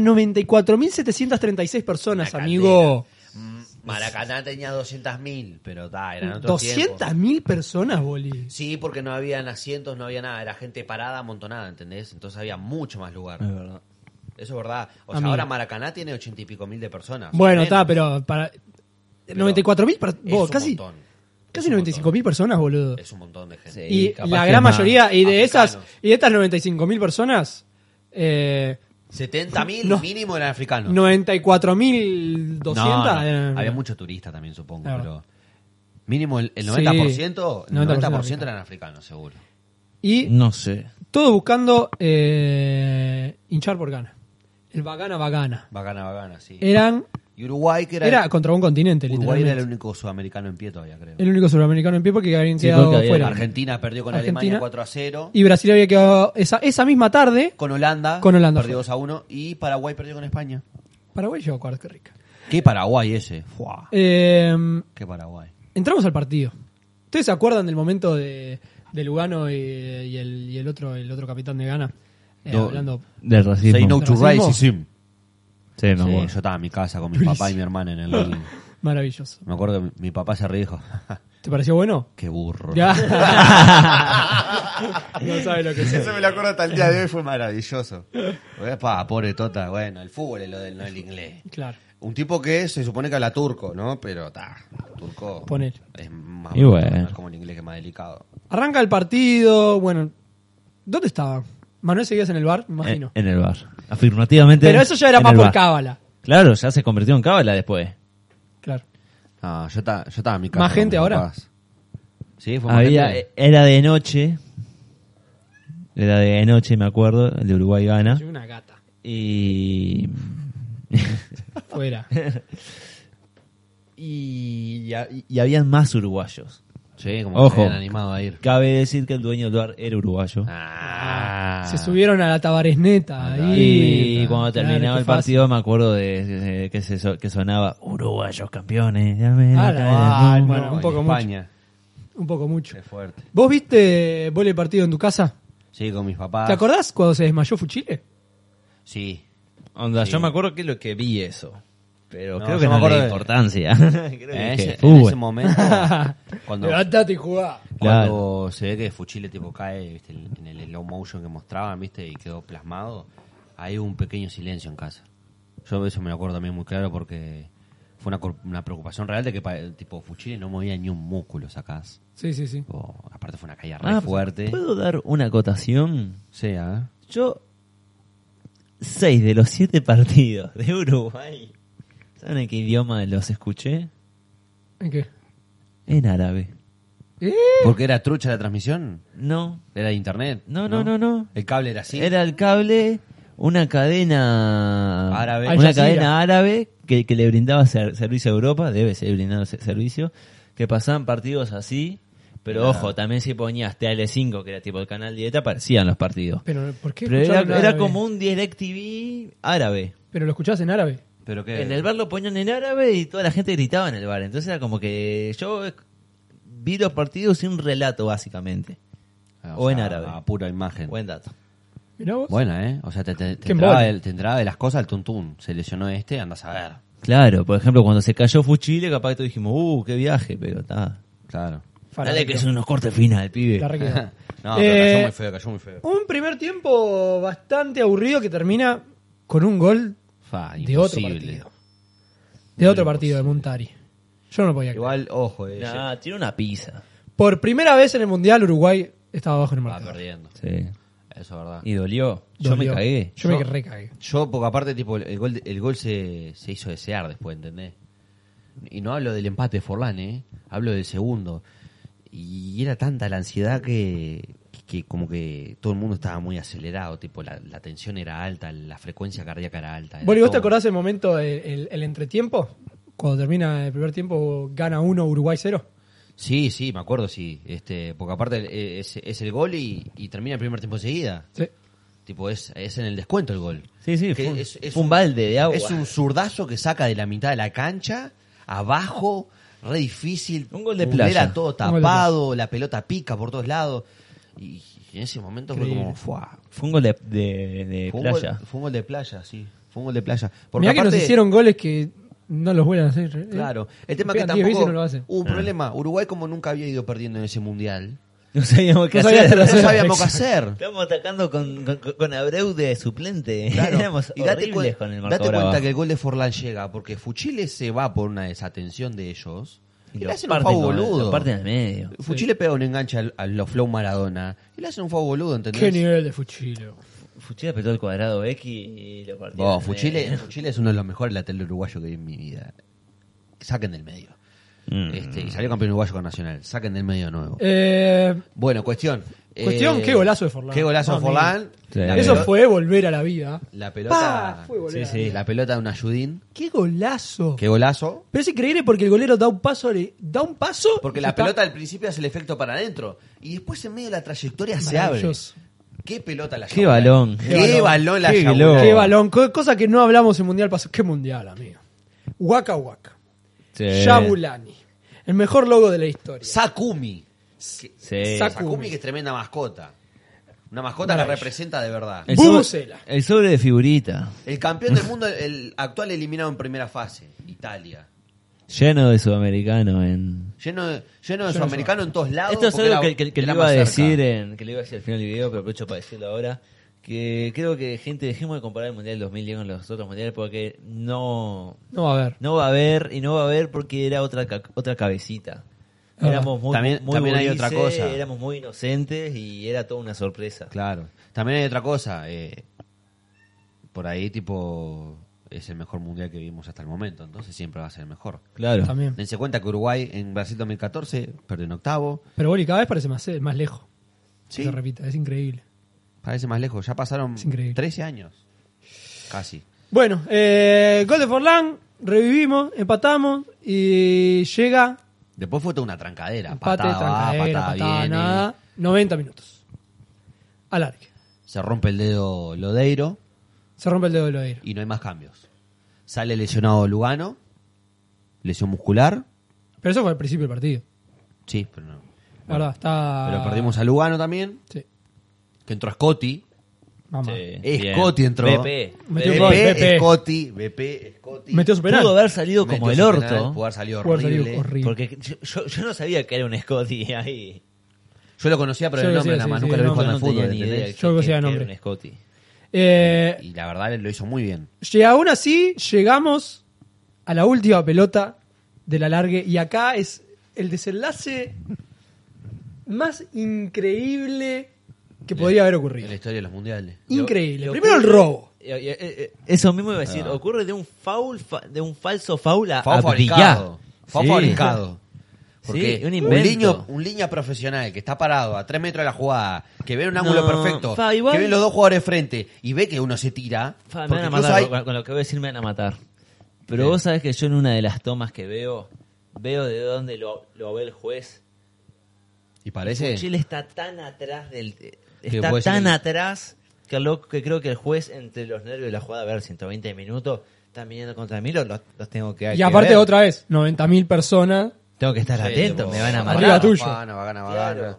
Speaker 4: 94.736 personas,
Speaker 5: Una
Speaker 4: amigo.
Speaker 5: Mm, Maracaná tenía doscientas mil, pero ta, eran otros tiempos.
Speaker 4: 200.000 personas, Boli.
Speaker 5: Sí, porque no habían asientos, no había nada, era gente parada, amontonada, ¿entendés? Entonces había mucho más lugar.
Speaker 6: Es verdad.
Speaker 5: Eso es verdad. O sea,
Speaker 4: Amigo.
Speaker 5: ahora Maracaná tiene ochenta y pico mil de personas.
Speaker 4: Bueno,
Speaker 5: Menos.
Speaker 4: está, pero para... 94.000, per-
Speaker 5: Es
Speaker 4: vos,
Speaker 5: un
Speaker 4: casi,
Speaker 5: montón. Es
Speaker 4: casi
Speaker 5: un
Speaker 4: 95.000 personas, boludo.
Speaker 5: montón. Es eh, un montón de gente.
Speaker 4: Y
Speaker 6: capaz
Speaker 4: la
Speaker 6: que
Speaker 4: gran
Speaker 6: más
Speaker 4: mayoría, y de
Speaker 5: africanos.
Speaker 4: esas, y de estas 95.000 personas, eh,
Speaker 5: 70.000
Speaker 4: No.
Speaker 5: mínimo eran africanos.
Speaker 4: 94.200
Speaker 5: No, no.
Speaker 4: eran- eh,
Speaker 5: Había mucho turista también, supongo,
Speaker 4: Claro.
Speaker 5: pero Mínimo el, el
Speaker 4: Sí.
Speaker 5: 90%, el
Speaker 4: 90%
Speaker 5: 90% eran africanos, seguro.
Speaker 4: Y
Speaker 6: No sé.
Speaker 4: todo buscando eh, hinchar por gana. El Bagana Bagana.
Speaker 5: Bacana, bacana, sí.
Speaker 4: Eran.
Speaker 5: y Uruguay, que era,
Speaker 4: Era, contra un continente,
Speaker 5: Uruguay era el
Speaker 4: literalmente.
Speaker 5: único sudamericano en pie todavía, creo.
Speaker 4: El único sudamericano en pie porque habían
Speaker 6: Sí,
Speaker 4: quedado
Speaker 6: porque había-
Speaker 4: fuera.
Speaker 5: Argentina perdió con
Speaker 4: Argentina.
Speaker 5: Alemania 4 a 0.
Speaker 4: Y Brasil había quedado esa, esa misma tarde.
Speaker 5: con Holanda,
Speaker 4: Con Holanda
Speaker 5: perdió
Speaker 4: fue.
Speaker 5: 2 a 1. Y Paraguay perdió con España.
Speaker 4: Paraguay llegó a cuartos, qué rica.
Speaker 5: ¿Qué Paraguay ese? Fuá,
Speaker 4: Eh,
Speaker 5: ¿Qué Paraguay?
Speaker 4: entramos al partido. ¿Ustedes se acuerdan del momento de, de Lugano y, y el, y el otro el otro capitán de Ghana? Eh,
Speaker 5: No.
Speaker 4: hablando.
Speaker 6: Del racismo.
Speaker 5: Say no to
Speaker 4: ¿Racismo?
Speaker 5: racism.
Speaker 6: Sí, me
Speaker 5: Sí,
Speaker 6: acuerdo.
Speaker 5: yo estaba en mi casa con mi papá y mi hermana en el
Speaker 4: [laughs]
Speaker 5: living.
Speaker 4: Maravilloso.
Speaker 5: Me acuerdo que mi- mi papá se reía y dijo, [laughs]
Speaker 4: ¿Te pareció bueno?
Speaker 5: qué burro.
Speaker 4: Ya. no sabe lo que [laughs] es.
Speaker 5: Eso me [laughs] lo acuerdo hasta el día de hoy, fue maravilloso. Epa, pobre Tota, bueno, el fútbol es lo del no el inglés.
Speaker 4: Claro.
Speaker 5: Un tipo que se supone que habla turco, ¿no? Pero ta, turco
Speaker 4: Poner.
Speaker 5: es más
Speaker 6: Y bueno.
Speaker 5: no es como el inglés que es más delicado.
Speaker 4: Arranca el partido. Bueno, ¿dónde estaba? Manuel seguías en el bar, me imagino.
Speaker 6: En, en el bar. Afirmativamente.
Speaker 4: Pero eso ya era
Speaker 6: Eh, en
Speaker 4: más
Speaker 6: el
Speaker 4: por
Speaker 6: bar.
Speaker 4: cábala.
Speaker 6: Claro, ya se convirtió en cábala después.
Speaker 4: Claro.
Speaker 5: Ah, yo estaba, yo estaba en mi casa.
Speaker 4: ¿Más
Speaker 5: con
Speaker 4: gente
Speaker 5: mis
Speaker 4: ahora? eh,
Speaker 5: papás. Sí, fue más
Speaker 6: Había,
Speaker 5: gente.
Speaker 6: era de noche. Era de noche, me acuerdo. El de Uruguay gana.
Speaker 4: Ah. Soy una gata.
Speaker 6: Y. [laughs]
Speaker 4: Fuera.
Speaker 6: y, y, y habían más uruguayos.
Speaker 5: Sí, como
Speaker 6: Ojo.
Speaker 5: que se habían animado a ir.
Speaker 6: Cabe decir que el dueño del bar era uruguayo.
Speaker 5: Ah.
Speaker 4: Se subieron a la Tabaresneta. Ahí.
Speaker 6: Y cuando
Speaker 4: Claro,
Speaker 6: terminaba
Speaker 4: qué
Speaker 6: el
Speaker 4: fácil.
Speaker 6: partido me acuerdo de, de- que, se so- que sonaba Uruguayos campeones. de América
Speaker 4: Ah, la-
Speaker 6: del
Speaker 4: ah,
Speaker 6: mundo".
Speaker 4: bueno, un
Speaker 5: en
Speaker 4: poco mucho.
Speaker 5: España.
Speaker 4: Un poco mucho.
Speaker 5: Qué fuerte.
Speaker 4: ¿Vos viste vole partido en tu casa?
Speaker 5: Sí, con mis papás.
Speaker 6: Ah.
Speaker 4: ¿Te acordás cuando se desmayó Fuchile?
Speaker 5: Sí.
Speaker 6: Onda, yo me acuerdo que lo que vi eso. Pero
Speaker 5: No,
Speaker 6: creo
Speaker 5: yo
Speaker 6: que
Speaker 5: me
Speaker 6: no
Speaker 5: acuerdo
Speaker 6: le di
Speaker 5: de- [laughs]
Speaker 6: importancia. [laughs] Creo
Speaker 5: En
Speaker 6: que
Speaker 5: ese,
Speaker 6: dije,
Speaker 5: Eh, en
Speaker 6: "Uh,
Speaker 5: ese momento,
Speaker 6: [laughs]
Speaker 5: cuando,
Speaker 4: Levantate y jugá.
Speaker 6: Claro.
Speaker 5: cuando se ve que Fuchile tipo cae ¿viste? en el slow motion que mostraban, ¿viste? Y quedó plasmado, hay un pequeño silencio en casa. Yo eso me lo acuerdo también muy claro porque fue una, cor- una preocupación real de que pa- tipo Fuchile no movía ni un músculo, sacás.
Speaker 4: Sí, sí, sí.
Speaker 5: Tipo, aparte fue una caída re
Speaker 6: ah,
Speaker 5: fuerte.
Speaker 6: ¿Puedo dar una acotación?
Speaker 5: Sí, ¿ah?
Speaker 6: Yo, seis de los siete partidos de Uruguay, ¿saben en qué idioma los escuché?
Speaker 4: ¿En qué?
Speaker 6: En árabe.
Speaker 4: ¿Eh?
Speaker 5: ¿Porque era trucha la transmisión?
Speaker 6: No,
Speaker 5: ¿Era de internet?
Speaker 6: No, no, no, no.
Speaker 5: El cable era así.
Speaker 6: Era el cable, una cadena
Speaker 5: Árabe.
Speaker 6: una
Speaker 4: Al Jazeera.
Speaker 6: cadena árabe que, que le brindaba ser- servicio a Europa, debe ser brindado ese servicio, que pasaban partidos así, pero ojo, también si ponías TL5, que era tipo el canal 10, te aparecían los partidos.
Speaker 4: Pero, ¿por qué
Speaker 6: Pero era,
Speaker 4: escucharlo en
Speaker 6: era
Speaker 4: árabe?
Speaker 6: como un DirecTV árabe.
Speaker 4: Pero lo escuchás en árabe.
Speaker 5: ¿Pero qué?
Speaker 6: En el bar lo ponían en árabe y toda la gente gritaba en el bar. Entonces era como que yo eh, vi los partidos sin relato, básicamente.
Speaker 5: Ah,
Speaker 6: o en árabe.
Speaker 5: A pura imagen.
Speaker 6: Buen dato.
Speaker 4: Mirá vos.
Speaker 5: Buena, ¿eh? O sea, te, te, te
Speaker 4: Qué
Speaker 5: entraba,
Speaker 4: embole.
Speaker 5: de, te entraba de las cosas al tuntún. Se lesionó este, andas a ver.
Speaker 6: Claro, por ejemplo, cuando se cayó Fuchile, capaz que todos dijimos, uh, qué viaje, pero está.
Speaker 5: Claro.
Speaker 6: Dale que es unos cortes final, pibe.
Speaker 4: La
Speaker 6: [laughs]
Speaker 4: requedó.
Speaker 5: [laughs] No,
Speaker 4: Eh,
Speaker 5: pero cayó muy feo, cayó muy feo.
Speaker 4: Un primer tiempo bastante aburrido que termina con un gol
Speaker 5: Fa,
Speaker 4: de otro
Speaker 5: imposible.
Speaker 4: partido. De otro partido, de Montari. Yo no lo podía creer.
Speaker 5: Igual, ojo, eh.
Speaker 6: Nah, tiene una pizza.
Speaker 4: Por primera vez en el Mundial, Uruguay estaba abajo en el
Speaker 5: Va
Speaker 4: marcador.
Speaker 5: perdiendo.
Speaker 6: Sí.
Speaker 5: Eso es verdad.
Speaker 6: Y dolió. Ah, Yo
Speaker 4: Dolió.
Speaker 6: me cagué.
Speaker 4: Yo me
Speaker 5: Yo-
Speaker 4: recagué.
Speaker 5: Yo, porque aparte, tipo, el- el gol, el gol se, se hizo desear después, ¿entendés? Y no hablo del empate de Forlán, ¿eh? Hablo del segundo. Y era tanta la ansiedad que, que como que todo el mundo estaba muy acelerado, tipo, la, la tensión era alta, la frecuencia cardíaca era alta. era
Speaker 4: Bueno, ¿y vos te
Speaker 5: todo.
Speaker 4: acordás el momento, el, el- el entretiempo? Cuando termina el primer tiempo, gana uno, Uruguay cero.
Speaker 5: Sí, sí, me acuerdo, sí. Este, porque aparte eh, es, es el gol y, y termina el primer tiempo enseguida.
Speaker 4: Sí.
Speaker 5: Tipo, es, es en el descuento el gol.
Speaker 6: Sí, sí,
Speaker 5: Que
Speaker 6: fue un- fue un balde de agua.
Speaker 5: Es un zurdazo que saca de la mitad de la cancha, abajo, re difícil.
Speaker 6: Un gol de
Speaker 5: Muslera
Speaker 6: playa.
Speaker 5: todo
Speaker 4: Un gol de
Speaker 5: tapado, la pelota pica por todos lados. Y, y en ese momento fue como, ¡fua!
Speaker 6: Fue un gol de, de- de
Speaker 5: Fue un, gol,
Speaker 6: playa.
Speaker 5: fue un gol de playa, sí. Fue un gol de playa.
Speaker 4: Mirá que nos hicieron goles que no los vuelan a hacer. ¿eh?
Speaker 5: Claro. El tema
Speaker 4: Pegan
Speaker 5: que
Speaker 4: 10 veces y
Speaker 5: tampoco...
Speaker 4: no lo hacen.
Speaker 5: hubo un problema. Uruguay, como nunca había ido perdiendo en ese mundial,
Speaker 6: [laughs] [laughs] No sabíamos qué
Speaker 4: No sabíamos qué
Speaker 5: no
Speaker 6: hacer.
Speaker 4: hacer.
Speaker 5: sabíamos qué hacer.
Speaker 6: Estamos atacando con, con, con Abreu de suplente.
Speaker 5: Claro.
Speaker 6: [laughs] Éramos
Speaker 5: Y date,
Speaker 6: horribles
Speaker 5: cuen-
Speaker 6: con el
Speaker 5: date
Speaker 6: marcador
Speaker 5: cuenta
Speaker 6: abajo.
Speaker 5: que el gol de Forlán llega porque Fuchile se va por una desatención de ellos y, le
Speaker 6: lo
Speaker 5: hacen un
Speaker 6: parten
Speaker 5: fao
Speaker 6: con-
Speaker 5: boludo.
Speaker 6: lo parten al medio.
Speaker 5: Fuchile pega un enganche al- a los Flow Maradona y le hacen un fao boludo, ¿entendés?
Speaker 4: Qué nivel de fuchilo.
Speaker 6: Fuchile apretó el cuadrado X y lo partió.
Speaker 5: Oh, Fuchile, Fuchile es uno de los mejores laterales uruguayos que vi en mi vida. Saquen del medio.
Speaker 6: Mm.
Speaker 5: Este, y salió campeón uruguayo con Nacional. Saquen del medio nuevo.
Speaker 4: Eh,
Speaker 5: Bueno, cuestión. eh,
Speaker 4: Cuestión, qué golazo de Forlán.
Speaker 5: Qué golazo de
Speaker 4: Mamma mía.
Speaker 5: Forlán.
Speaker 6: Sí.
Speaker 5: La
Speaker 4: eso
Speaker 5: pelota-
Speaker 4: fue volver a la vida.
Speaker 5: La
Speaker 4: ¡Pah!
Speaker 5: pelota.
Speaker 4: Fue volver a
Speaker 6: Sí,
Speaker 4: la
Speaker 6: sí.
Speaker 4: vida.
Speaker 5: La pelota de un ayudín.
Speaker 4: ¡Qué golazo!
Speaker 5: Qué golazo.
Speaker 4: Pero es increíble porque el golero da un paso, le- da un paso.
Speaker 5: Porque
Speaker 4: y
Speaker 5: la
Speaker 4: está-
Speaker 5: pelota al principio hace el efecto para adentro. Y después en medio de la trayectoria se abre.
Speaker 4: Maravilloso.
Speaker 5: Qué pelota la
Speaker 6: Qué
Speaker 5: yabulá.
Speaker 6: balón.
Speaker 5: Qué balón la
Speaker 6: Qué
Speaker 5: yabulá.
Speaker 4: Qué
Speaker 6: Oh.
Speaker 4: balón, co- cosa que no hablamos en Mundial pasado. Qué Mundial, amigo. Waka Waka.
Speaker 5: Eh.
Speaker 6: Sí.
Speaker 4: Yabulani. El mejor logo de la historia.
Speaker 5: Sakumi.
Speaker 6: Sí.
Speaker 4: Sac- Sakumi.
Speaker 5: Sakumi que es tremenda mascota. Una mascota que
Speaker 4: Maravilla.
Speaker 5: representa de verdad.
Speaker 6: El sobre-
Speaker 4: Bubucela.
Speaker 6: El sobre de figurita.
Speaker 5: El campeón del mundo, el actual eliminado en primera fase, Italia.
Speaker 6: Lleno de sudamericano en.
Speaker 5: Lleno de, lleno de sudamericanos en todos lados.
Speaker 6: Esto es
Speaker 5: porque
Speaker 6: algo
Speaker 5: era-
Speaker 6: que, que- que
Speaker 5: era
Speaker 6: le iba a
Speaker 5: más
Speaker 6: decir eh.
Speaker 5: cerca.
Speaker 6: en, que le iba a decir al final del video, pero aprovecho para decirlo ahora. Que creo que, gente, dejemos de comparar el Mundial del 2010 con los otros mundiales porque no,
Speaker 4: No, a ver.
Speaker 6: no va a haber y no va a haber porque era otra ca- otra cabecita.
Speaker 4: Ah.
Speaker 6: Éramos muy,
Speaker 5: También-
Speaker 6: muy
Speaker 5: también hay
Speaker 6: gurises,
Speaker 5: otra cosa.
Speaker 6: Éramos muy inocentes y era toda una sorpresa.
Speaker 5: Claro. También hay otra cosa. eh, por ahí, tipo, es el mejor mundial que vimos hasta el momento. Entonces siempre va a ser el mejor.
Speaker 6: Claro.
Speaker 4: También.
Speaker 5: Dense cuenta que Uruguay en Brasil 2014 perdió en octavo.
Speaker 4: Pero bueno, y cada vez parece más, eh, más lejos.
Speaker 5: Sí.
Speaker 4: Se repita, es increíble.
Speaker 5: Parece más lejos. Ya pasaron
Speaker 4: Es increíble.
Speaker 5: 13 años. Casi.
Speaker 4: Bueno, eh, gol de Forlán, revivimos, empatamos y llega
Speaker 5: Después fue toda una trancadera.
Speaker 4: empate,
Speaker 5: patada, va,
Speaker 4: trancadera,
Speaker 5: patada,
Speaker 4: patada,
Speaker 5: viene.
Speaker 4: nada. 90 minutos. Alargue.
Speaker 5: Se rompe el dedo Lodeiro
Speaker 4: Se rompe el dedo del oído.
Speaker 5: y no hay más cambios. Sale lesionado Lugano. Lesión muscular.
Speaker 4: Pero eso fue al principio del partido.
Speaker 5: Sí, pero no.
Speaker 4: La verdad, está...
Speaker 5: Pero perdimos a Lugano también.
Speaker 4: Sí,
Speaker 5: Que entró Scotti.
Speaker 4: mamá.
Speaker 5: Eh, Scotti entró.
Speaker 6: BP.
Speaker 4: Metió
Speaker 6: BP.
Speaker 4: gol.
Speaker 5: BP,
Speaker 4: BP.
Speaker 5: Scotti. BP, Scotti.
Speaker 4: Metió su penal.
Speaker 6: Pudo haber salido
Speaker 5: Metió
Speaker 6: como el
Speaker 5: su
Speaker 6: orto.
Speaker 5: penal, pudo haber salido
Speaker 4: Pudo haber
Speaker 5: horrible.
Speaker 4: salido horrible.
Speaker 6: Porque yo, yo- yo no sabía que era un Scotty [laughs] ahí.
Speaker 5: Yo lo conocía, pero
Speaker 4: Yo
Speaker 5: el
Speaker 4: lo
Speaker 5: nombre
Speaker 4: decía,
Speaker 5: nada más.
Speaker 4: sí,
Speaker 5: Nunca
Speaker 4: sí,
Speaker 5: lo vi
Speaker 4: no,
Speaker 5: jugando
Speaker 4: no
Speaker 5: al
Speaker 6: tenía
Speaker 5: fútbol.
Speaker 6: ni idea
Speaker 5: ¿entendés?
Speaker 4: Yo
Speaker 6: que-
Speaker 4: conocía
Speaker 6: que
Speaker 4: el
Speaker 6: era
Speaker 4: nombre.
Speaker 6: un Scotty.
Speaker 4: Eh,
Speaker 5: Y la verdad, él lo hizo muy bien.
Speaker 4: y aún así, llegamos a la última pelota del alargue y acá es el desenlace más increíble que podría haber
Speaker 5: En la
Speaker 4: ocurrido.
Speaker 5: historia de los mundiales.
Speaker 4: Increíble.
Speaker 6: Lo- lo
Speaker 4: Primero el
Speaker 6: ocurre-
Speaker 4: robo.
Speaker 6: Eh, eh, eh, Eso mismo iba a
Speaker 5: Ah.
Speaker 6: decir, ocurre de un foul, fa- de un falso foul a
Speaker 5: Fue
Speaker 6: a
Speaker 5: fabricado.
Speaker 6: Brillá.
Speaker 5: Fue
Speaker 6: Ah, Sí. [laughs]
Speaker 5: fabricado. Porque
Speaker 6: Sí, un
Speaker 5: un,
Speaker 6: invento.
Speaker 5: línea, un línea profesional que está parado a tres metros de la jugada, que ve un ángulo
Speaker 6: No,
Speaker 5: perfecto,
Speaker 6: fa, igual-
Speaker 5: que ve los dos jugadores frente y ve que uno se tira.
Speaker 6: Fa, me
Speaker 5: porque
Speaker 6: van a
Speaker 5: incluso
Speaker 6: matar,
Speaker 5: hay-
Speaker 6: con- con lo que voy a decir me van a matar. Pero
Speaker 5: Sí.
Speaker 6: vos sabés que yo en una de las tomas que veo, veo de dónde lo, lo ve el juez.
Speaker 5: Y parece.
Speaker 6: Chile está tan atrás del... eh,
Speaker 5: puede
Speaker 6: Está
Speaker 5: decir
Speaker 6: tan
Speaker 5: el-
Speaker 6: atrás que, lo- que creo que el juez, entre los nervios de la jugada, a ver, 120 minutos, están viniendo contra mí, lo- lo- los, tengo que
Speaker 4: Y
Speaker 6: que
Speaker 4: aparte
Speaker 6: ver.
Speaker 4: otra vez, 90.000 personas.
Speaker 6: Tengo que estar
Speaker 5: Sí,
Speaker 6: atento,
Speaker 5: tipo,
Speaker 6: me van a
Speaker 4: arriba
Speaker 6: matar.
Speaker 5: Bagana,
Speaker 4: tuyo.
Speaker 5: Bagana, Bagana,
Speaker 6: Claro.
Speaker 5: Bagana.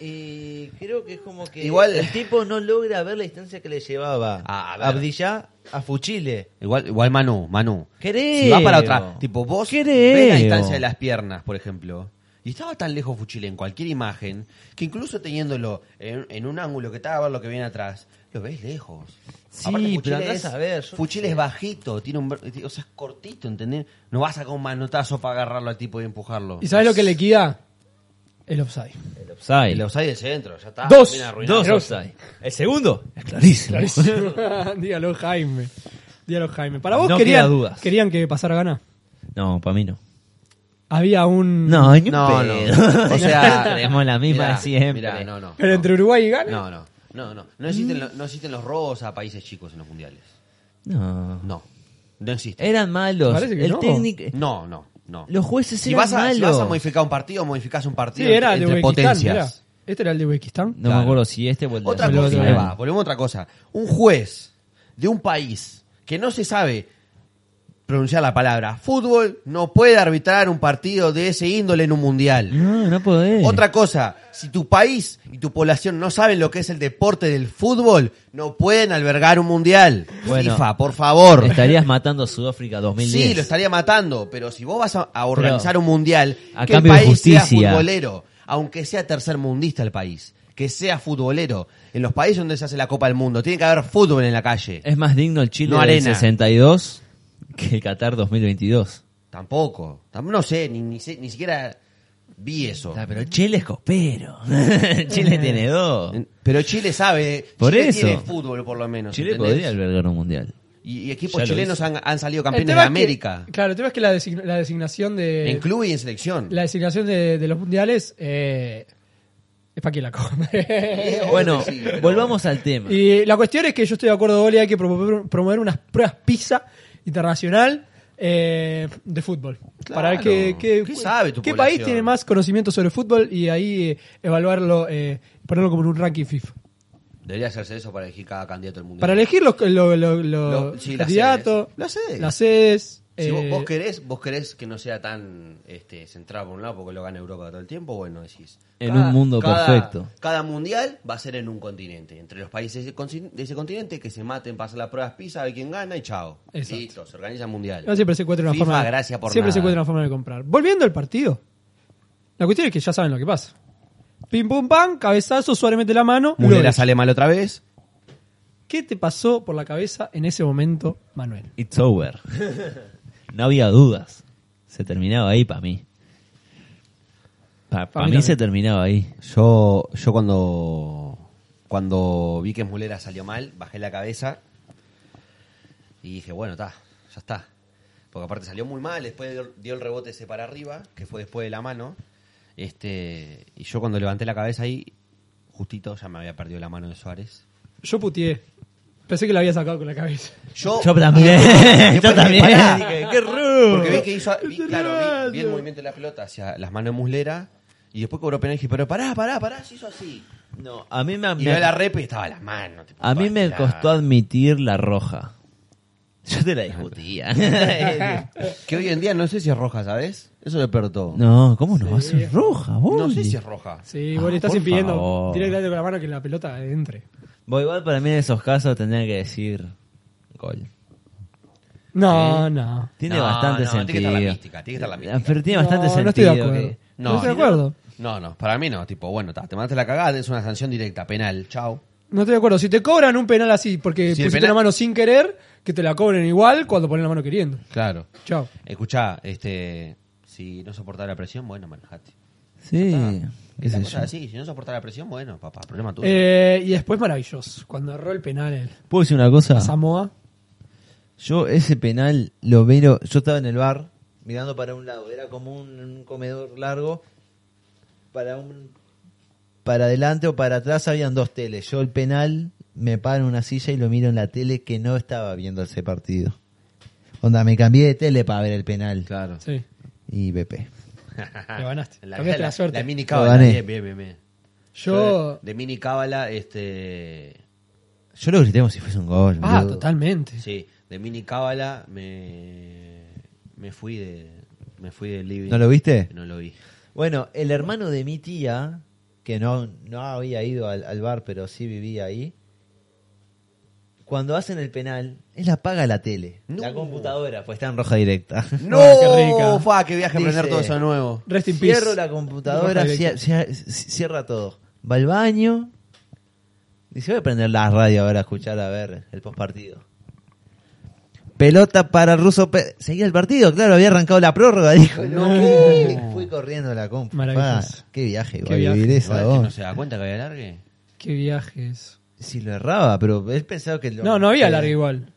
Speaker 6: Y creo que es como que
Speaker 5: Igual-
Speaker 6: el tipo no logra ver la distancia que le llevaba
Speaker 5: Ah, a ver.
Speaker 6: a Abdillá a Fuchile.
Speaker 5: Igual, igual Manu, Manu.
Speaker 6: Creo.
Speaker 5: Si va para atrás, tipo vos
Speaker 6: Creo.
Speaker 5: ve la distancia de las piernas, por ejemplo. Y estaba tan lejos Fuchile en cualquier imagen que incluso teniéndolo en, en un ángulo que estaba a ver lo que viene atrás, lo ves lejos.
Speaker 6: Sí, pero andás
Speaker 5: es,
Speaker 6: a ver, yo-
Speaker 5: Fuchile es bajito, tiene un, bra- o sea, es cortito, ¿entendés? No vas a sacar un manotazo para agarrarlo al tipo y empujarlo.
Speaker 4: ¿Y sabes lo que le queda? El offside.
Speaker 6: El
Speaker 5: Y
Speaker 6: offside.
Speaker 5: los hay del centro, ya está.
Speaker 4: Dos,
Speaker 5: bien arruinado.
Speaker 6: Dos offside. El segundo es clarísimo.
Speaker 4: [laughs] Dígalo, Jaime. Dígalo, Jaime. Para vos
Speaker 6: No
Speaker 4: querían,
Speaker 6: queda dudas.
Speaker 4: querían que pasara gana.
Speaker 6: [laughs] No, para mí no.
Speaker 4: Había un.
Speaker 6: No, ni un
Speaker 5: No, no.
Speaker 6: pedo.
Speaker 5: O sea,
Speaker 6: [laughs] tenemos la misma
Speaker 5: mirá,
Speaker 6: de siempre.
Speaker 5: mirá, no, no.
Speaker 4: Pero
Speaker 5: no.
Speaker 4: entre Uruguay y Ghana.
Speaker 5: No, no, no, no. No existen, lo- no existen los robos a países chicos en los mundiales.
Speaker 6: No.
Speaker 5: No, no existen.
Speaker 6: Eran malos.
Speaker 4: Parece que
Speaker 6: el
Speaker 4: no.
Speaker 6: técnico
Speaker 5: No, no, no.
Speaker 6: Eh, los jueces
Speaker 5: si
Speaker 6: eran
Speaker 5: vas, a, si
Speaker 6: malos.
Speaker 5: vas a modificar un partido, modificás un
Speaker 4: Sí,
Speaker 5: partido
Speaker 4: era el
Speaker 5: entre,
Speaker 4: de
Speaker 5: entre
Speaker 4: Uzbekistán.
Speaker 5: potencias.
Speaker 4: mirá. Este era el de Uzbekistán.
Speaker 6: No me acuerdo si este o el de
Speaker 5: Otra
Speaker 6: la
Speaker 5: cosa,
Speaker 6: final.
Speaker 5: ahí va, volvemos a otra cosa. Un juez de un país que no se sabe pronunciar la palabra fútbol no puede arbitrar un partido de ese índole en un mundial.
Speaker 6: No, no podés.
Speaker 5: Otra cosa, si tu país y tu población no saben lo que es el deporte del fútbol, no pueden albergar un mundial.
Speaker 6: Bueno.
Speaker 5: FIFA, por favor.
Speaker 6: Estarías matando a Sudáfrica 2010.
Speaker 5: Sí, lo estaría matando, pero si vos vas a, a organizar un mundial,
Speaker 6: a
Speaker 5: que el
Speaker 6: cambio de
Speaker 5: país sea
Speaker 6: justicia.
Speaker 5: futbolero, aunque sea tercermundista el país, que sea futbolero. En los países donde se hace la Copa del Mundo, tiene que haber fútbol en la calle.
Speaker 6: Es más digno el Chile
Speaker 5: No
Speaker 6: del
Speaker 5: arena.
Speaker 6: 62 que el Qatar 2022.
Speaker 5: Tampoco. Tam- no sé, ni, ni, sé- ni siquiera vi eso.
Speaker 6: Ah, pero Chile es copero. [laughs]
Speaker 5: Eh.
Speaker 6: Chile tiene dos.
Speaker 5: Pero Chile sabe,
Speaker 6: Por
Speaker 5: Chile
Speaker 6: eso.
Speaker 5: tiene fútbol por lo menos.
Speaker 6: Chile
Speaker 5: ¿entendés?
Speaker 6: podría albergar un mundial.
Speaker 5: Y, y
Speaker 6: Ya
Speaker 5: equipos
Speaker 6: lo
Speaker 5: chilenos
Speaker 6: hizo.
Speaker 5: han, han salido
Speaker 4: El
Speaker 5: campeones de
Speaker 4: tema es que-
Speaker 5: América. E
Speaker 4: claro, el tema es que la, design- la designación de.
Speaker 5: en club y en selección. [laughs]
Speaker 4: La designación de, de los mundiales eh, es para quien la come. [laughs]
Speaker 6: Bueno,
Speaker 5: Sí, pero-
Speaker 6: volvamos al tema.
Speaker 4: y la cuestión es que yo estoy de acuerdo, Oli, hay que promover, promover unas pruebas PISA internacional eh, de fútbol.
Speaker 5: Claro.
Speaker 4: Para ver qué, qué,
Speaker 5: ¿Qué sabe tu
Speaker 4: qué
Speaker 5: población?
Speaker 4: país tiene más conocimiento sobre fútbol y ahí eh, evaluarlo, eh, ponerlo como en un ranking FIFA.
Speaker 5: Debería hacerse eso para elegir cada candidato al mundial.
Speaker 4: Para elegir los, los, los- los
Speaker 5: Lo- sí, las
Speaker 4: candidatos,
Speaker 5: sedes. Las sedes.
Speaker 4: las sedes,
Speaker 5: Si vos,
Speaker 4: eh,
Speaker 5: vos querés, vos querés que no sea tan este, centrado por un lado porque lo gana Europa todo el tiempo, bueno, decís.
Speaker 6: En un mundo perfecto.
Speaker 5: Cada mundial va a ser en un continente. Entre los países de ese, consi- de ese continente que se maten, pasan las pruebas PISA, a ver quién gana y chao.
Speaker 4: Exacto.
Speaker 5: Listo, se organiza el mundial.
Speaker 4: No, siempre se encuentra una
Speaker 5: FIFA,
Speaker 4: forma. de-
Speaker 5: gracias por
Speaker 4: siempre se
Speaker 5: nada.
Speaker 4: encuentra una forma de comprar. Volviendo al partido. La cuestión es que ya saben lo que pasa. Pim pum pam, cabezazo, Suárez mete la mano.
Speaker 5: Muslera
Speaker 4: Loris.
Speaker 5: sale mal otra vez.
Speaker 4: ¿Qué te pasó por la cabeza en ese momento, Manuel?
Speaker 6: It's over. No había dudas. Se terminaba ahí para mí. Para
Speaker 4: Pa' mí
Speaker 6: mí,
Speaker 4: también.
Speaker 6: se terminaba ahí.
Speaker 5: Yo, yo cuando, cuando vi que Mulera salió mal, bajé la cabeza y dije, bueno, está, ya está. Porque aparte salió muy mal, después dio- dio el rebote ese para arriba, que fue después de la mano. Este, y yo cuando levanté la cabeza ahí, justito ya me había perdido la mano de Suárez.
Speaker 4: Yo puteé. Pensé que la había sacado con la cabeza.
Speaker 5: Yo,
Speaker 6: Yo
Speaker 5: [laughs]
Speaker 6: también,
Speaker 5: Después
Speaker 6: yo
Speaker 5: me
Speaker 6: también.
Speaker 5: pará.
Speaker 6: Dije, "Qué rudo".
Speaker 5: Porque vi que hizo, vi-
Speaker 4: Qué
Speaker 5: claro, vi, vi el
Speaker 4: rudo.
Speaker 5: movimiento de la pelota hacia las manos de Muslera y después cobró penal y dije, pero pará, pará, pará, se hizo así.
Speaker 6: No, a mí me,
Speaker 5: Y
Speaker 6: me-
Speaker 5: veo la repa y estaba la mano. tipo,
Speaker 6: a mí me
Speaker 5: pará.
Speaker 6: costó admitir la roja. Yo te la discutía. [laughs]
Speaker 5: Que hoy en día no sé si es roja, ¿sabes? Eso le perto.
Speaker 6: no, ¿cómo no va a ser roja,
Speaker 5: No
Speaker 6: Boli?
Speaker 5: sé si es roja.
Speaker 4: Sí,
Speaker 6: Ah,
Speaker 4: bueno, estás
Speaker 6: por
Speaker 4: impidiendo
Speaker 6: favor.
Speaker 4: directamente con la mano que la pelota entre.
Speaker 6: Bueno, igual para mí en esos casos tendría que decir gol.
Speaker 4: No, no.
Speaker 6: Tiene
Speaker 5: No,
Speaker 6: bastante
Speaker 5: no, tiene que
Speaker 6: sentido.
Speaker 5: estar la mística, tiene que estar la mística.
Speaker 6: Pero tiene
Speaker 4: No,
Speaker 6: bastante
Speaker 4: no
Speaker 6: sentido.
Speaker 4: estoy de acuerdo.
Speaker 6: que-
Speaker 4: No estoy de acuerdo.
Speaker 5: No, no, para mí no. Tipo, bueno, ta, te mandaste la cagada, es una sanción directa, penal, chao.
Speaker 4: No estoy de acuerdo. Si te cobran un penal así porque
Speaker 5: Si el
Speaker 4: pusiste
Speaker 5: penal-
Speaker 4: la mano sin querer, que te la cobren igual cuando ponen la mano queriendo.
Speaker 5: Claro.
Speaker 4: Chao.
Speaker 5: Escuchá, este, si no soportás la presión, bueno, manejate.
Speaker 6: Sí, qué
Speaker 5: Es
Speaker 6: sé
Speaker 5: cosa
Speaker 6: yo.
Speaker 5: así, si no soportás la presión, bueno, papá, problema tuyo.
Speaker 4: Eh, y después maravilloso. Cuando erró el penal el
Speaker 6: ¿Puedo decir una cosa?
Speaker 4: Samoa.
Speaker 6: Yo ese penal lo veo, yo estaba en el bar mirando para un lado, era como un, un comedor largo, para un para adelante o para atrás habían dos teles. Yo el penal me paro en una silla y lo miro en la tele que no estaba viendo ese partido. Onda, me cambié de tele para ver el penal.
Speaker 5: Claro.
Speaker 4: Sí.
Speaker 6: Y BP.
Speaker 4: Te ganaste.
Speaker 5: La,
Speaker 4: Cambiaste
Speaker 5: la-
Speaker 4: la suerte.
Speaker 5: la mini
Speaker 6: Lo
Speaker 5: cábala.
Speaker 6: gané.
Speaker 5: Bien, bien, bien, bien.
Speaker 4: Yo.
Speaker 5: de, de mini cábala, este.
Speaker 6: Yo lo grité como si fuese un gol.
Speaker 4: Ah,
Speaker 6: boludo.
Speaker 4: totalmente.
Speaker 5: Sí, de mini cábala me. Me fui de. Me fui del living.
Speaker 6: ¿No lo viste?
Speaker 5: No lo vi.
Speaker 6: Bueno, el hermano de mi tía, que no, no había ido al, al bar, pero sí vivía ahí, cuando hacen el penal, él apaga la tele,
Speaker 5: No.
Speaker 6: la computadora, pues está en roja directa.
Speaker 5: ¡No!
Speaker 4: qué rica.
Speaker 5: Fa, que viaje a aprender
Speaker 6: Dice,
Speaker 5: todo eso de nuevo.
Speaker 4: Rest in peace.
Speaker 6: Cierro la computadora,
Speaker 4: Roja
Speaker 6: cie-
Speaker 4: directa.
Speaker 6: cie- cierra, todo. Va al baño, dice, voy a prender la radio ahora a escuchar a ver el postpartido. Pelota para ruso. Pe- Seguía el partido, claro, había arrancado la prórroga, dijo. No. Fui corriendo a la compu.
Speaker 4: Maravilloso.
Speaker 6: Pa, Qué viaje,
Speaker 4: Qué
Speaker 6: igual, vivir
Speaker 4: viaje.
Speaker 5: Igual
Speaker 6: esa,
Speaker 5: que
Speaker 6: vos.
Speaker 5: no se da cuenta que había largue.
Speaker 4: Qué viajes.
Speaker 6: Si lo erraba, pero él pensaba que lo-
Speaker 4: No, no había
Speaker 6: que-
Speaker 4: largo igual.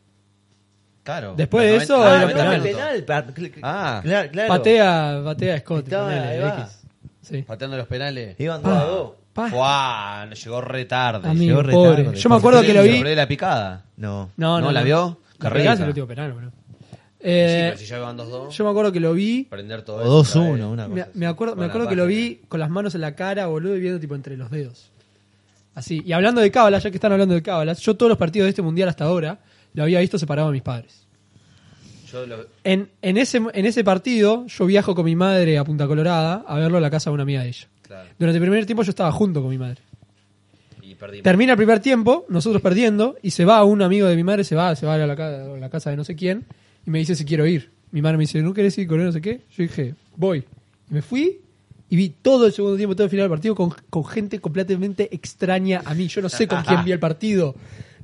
Speaker 5: Claro.
Speaker 4: Después de
Speaker 5: Noven-
Speaker 4: eso,
Speaker 5: Ah,
Speaker 6: Ah,
Speaker 4: era
Speaker 6: estaba en
Speaker 4: penal.
Speaker 5: noventa minutos.
Speaker 6: penal. pa- cl- cl-
Speaker 5: Ah.
Speaker 6: cla- claro.
Speaker 4: Patea, patea a Scott.
Speaker 6: Estaba,
Speaker 4: ponele,
Speaker 6: ahí va.
Speaker 4: X. Sí.
Speaker 5: Pateando los penales.
Speaker 6: Iban dos
Speaker 4: Pa.
Speaker 6: a dos.
Speaker 4: Pa.
Speaker 5: ¡Guau! Llegó re tarde.
Speaker 4: Amigo,
Speaker 6: llegó re
Speaker 4: pobre.
Speaker 6: tarde.
Speaker 4: Yo me acuerdo que lo vi. Eh,
Speaker 5: Sobre la picada.
Speaker 6: No.
Speaker 4: No, no.
Speaker 5: ¿No la vio? Qué
Speaker 4: La pegás
Speaker 5: rica.
Speaker 4: el último penal, boludo.
Speaker 5: sí,
Speaker 4: Eh,
Speaker 5: pero si ya van 2-2.
Speaker 4: yo me acuerdo que lo vi.
Speaker 5: Aprender todo eh.
Speaker 6: O
Speaker 5: eso.
Speaker 6: 2-1, una
Speaker 4: Me,
Speaker 6: cosa.
Speaker 4: me acuerdo, me
Speaker 5: Con la
Speaker 4: acuerdo que lo
Speaker 5: página.
Speaker 4: vi con las manos en la cara, boludo, y viendo tipo entre los dedos. Así. Y hablando de cábalas, ya que están hablando de cábalas, yo todos los partidos de este mundial hasta ahora lo había visto separado de mis padres.
Speaker 5: Yo lo-
Speaker 4: En, en, ese, en ese partido, yo viajo con mi madre a Punta Colorada a verlo a la casa de una amiga de ella.
Speaker 5: Claro.
Speaker 4: Durante el primer tiempo yo estaba junto con mi madre.
Speaker 5: Y perdimos.
Speaker 4: Termina el primer tiempo, nosotros perdiendo, y se va un amigo de mi madre, se va, se va a la, ca- a la casa de no sé quién, y me dice si quiero ir. Mi madre me dice, ¿no querés ir con él? No sé qué. Yo dije, voy. Y me fui y vi todo el segundo tiempo, todo el final del partido con, con gente completamente extraña a mí. Yo no sé con quién vi el partido.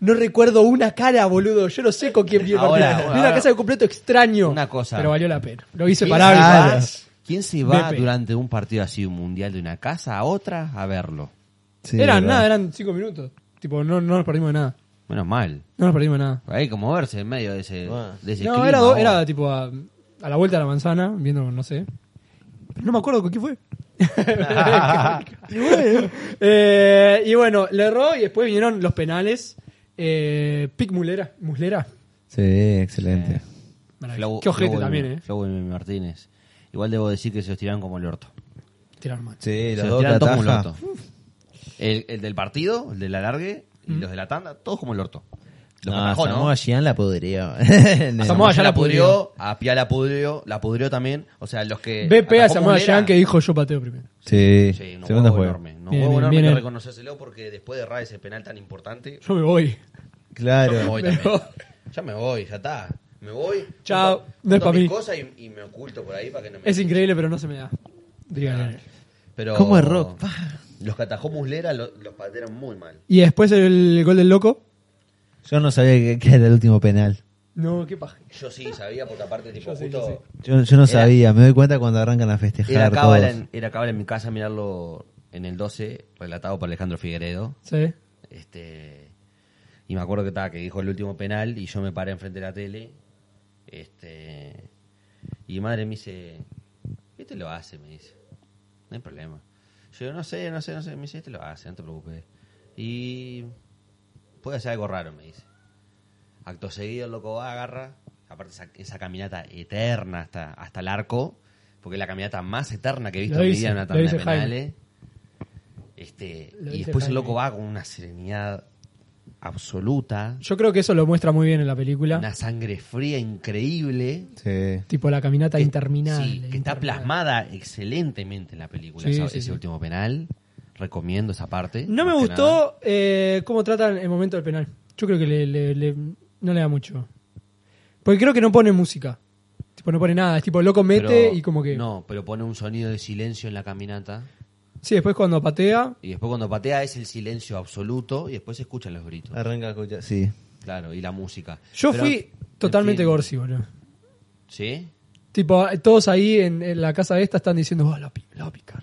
Speaker 4: No recuerdo una cara, boludo. Yo no sé con quién vi el partido.
Speaker 5: Ahora,
Speaker 4: Vi
Speaker 5: ahora,
Speaker 4: una
Speaker 5: ahora.
Speaker 4: casa de completo extraño.
Speaker 5: Una cosa.
Speaker 4: Pero valió la pena. Lo hice
Speaker 5: ¿Quién
Speaker 4: parable.
Speaker 5: se va-
Speaker 4: padre.
Speaker 5: ¿Quién se va
Speaker 4: Pepe.
Speaker 5: durante un partido así, un mundial de una casa a otra, a verlo?
Speaker 6: Sí,
Speaker 4: eran
Speaker 6: verdad.
Speaker 4: nada, eran cinco minutos. Tipo, no, no nos perdimos de nada.
Speaker 5: Menos mal.
Speaker 4: No nos perdimos nada.
Speaker 5: Hay que moverse en medio de ese,
Speaker 6: Bueno.
Speaker 5: de ese
Speaker 4: no,
Speaker 5: clima,
Speaker 4: era, do-
Speaker 5: vos.
Speaker 4: era tipo a, a la vuelta de la manzana, viendo, no sé. Pero no me acuerdo con quién
Speaker 5: [laughs]
Speaker 4: fue. y, bueno, eh, y bueno, le erró y después vinieron los penales. Eh, Pic Mulera. Muslera.
Speaker 6: Sí, excelente.
Speaker 4: Maravilla.
Speaker 5: Flow-
Speaker 4: Qué ojete
Speaker 5: Flow-
Speaker 4: también, eh.
Speaker 5: Flow y Martínez. Igual debo decir que se los tiraron como el orto.
Speaker 4: Tirar mal.
Speaker 6: Sí,
Speaker 5: se
Speaker 6: los
Speaker 5: los
Speaker 6: dos
Speaker 5: tiraron todos como el
Speaker 6: ataja.
Speaker 5: orto. El, el del partido, el del alargue y
Speaker 4: Mm.
Speaker 5: los de la tanda, todos como el orto. Los
Speaker 6: No,
Speaker 5: atajó,
Speaker 6: Ah, Samoa
Speaker 5: ¿no?
Speaker 6: Gyan la podrió.
Speaker 5: [laughs]
Speaker 4: Samoa Gyan
Speaker 5: ya
Speaker 4: la
Speaker 5: la pudrió, a Pia la pudrió, la pudrió también. O sea, los que.
Speaker 4: BP a
Speaker 5: atajó
Speaker 4: Samuel
Speaker 5: Muslera,
Speaker 4: Allan que dijo yo pateo primero.
Speaker 6: Sí,
Speaker 5: Sí, no
Speaker 6: segundo
Speaker 5: huevo
Speaker 6: juego.
Speaker 5: enorme. No
Speaker 4: Bien,
Speaker 5: huevo
Speaker 4: bien,
Speaker 5: enorme
Speaker 4: bien,
Speaker 5: no
Speaker 4: eh.
Speaker 5: reconocérselo porque después de errar ese penal tan importante,
Speaker 4: Yo me voy.
Speaker 6: Claro.
Speaker 5: yo me voy también.
Speaker 4: voy.
Speaker 5: Ya me voy, ya está. Me voy.
Speaker 4: Chao,
Speaker 5: junto-
Speaker 4: no es
Speaker 5: junto
Speaker 4: pa'
Speaker 5: mis
Speaker 4: mí.
Speaker 5: cosas y, y me oculto por ahí para que no me.
Speaker 4: Es increíble, pero no se me da. Diga Daniel.
Speaker 5: Pero
Speaker 6: ¿Cómo es rock? Pa.
Speaker 5: [laughs] Los que atajó Muslera lo- los patearon muy mal.
Speaker 4: Y después el gol del loco.
Speaker 6: Yo no sabía que, que era el último penal.
Speaker 4: No, qué paja.
Speaker 5: Yo sí sabía, porque aparte, tipo,
Speaker 4: Yo sí,
Speaker 5: justo.
Speaker 6: Yo, yo no
Speaker 5: Era-
Speaker 6: sabía, me doy cuenta cuando arrancan a festejar.
Speaker 5: Era cábala,
Speaker 6: todos.
Speaker 5: en, era cábala en mi casa mirarlo en el 12, relatado por Alejandro Figueredo.
Speaker 4: Sí.
Speaker 5: Este, y me acuerdo que estaba, que dijo el último penal y yo me paré enfrente de la tele. Este, y mi madre me dice, este lo hace, me dice. No hay problema. Yo digo, no sé, no sé, no sé. Me dice, este lo hace, no te preocupes. Y puede hacer algo raro, me dice. Acto seguido, el loco va, agarra. Aparte, esa, esa caminata eterna hasta, hasta el arco, porque es la caminata más eterna que he visto
Speaker 4: Lo
Speaker 5: en mi
Speaker 4: dice,
Speaker 5: vida en una
Speaker 4: lo
Speaker 5: tanda de
Speaker 4: dice Jaime.
Speaker 5: penales. Este,
Speaker 4: Lo
Speaker 5: y
Speaker 4: dice
Speaker 5: después el
Speaker 4: Jaime.
Speaker 5: loco va con una serenidad absoluta,
Speaker 4: Yo creo que eso lo muestra muy bien en la película.
Speaker 5: una sangre fría increíble.
Speaker 6: Sí.
Speaker 4: Tipo la caminata
Speaker 5: que-
Speaker 4: interminable.
Speaker 5: sí, que está
Speaker 4: interminable.
Speaker 5: plasmada excelentemente en la película,
Speaker 4: Sí,
Speaker 5: esa-
Speaker 4: sí,
Speaker 5: ese
Speaker 4: sí.
Speaker 5: último penal. Recomiendo esa parte.
Speaker 4: No me
Speaker 5: más que nada.
Speaker 4: gustó eh, cómo tratan el momento del penal. Yo creo que le, le- le- no le da mucho. Porque creo que no pone música. Tipo, no pone nada. Es tipo, loco mete
Speaker 5: Pero-
Speaker 4: y como que.
Speaker 5: No, pero pone un sonido de silencio en la caminata.
Speaker 4: Sí, después cuando patea.
Speaker 5: Y después cuando patea es el silencio absoluto y después se escuchan los gritos.
Speaker 6: Arranca a escuchar. Sí.
Speaker 5: Claro, y la música.
Speaker 4: Yo
Speaker 5: Pero,
Speaker 4: fui totalmente
Speaker 5: en fin,
Speaker 4: gorsi, boludo.
Speaker 5: ¿Sí?
Speaker 4: Tipo, todos ahí en, en la casa de esta están diciendo, "Oh, la, pi- la va a picar.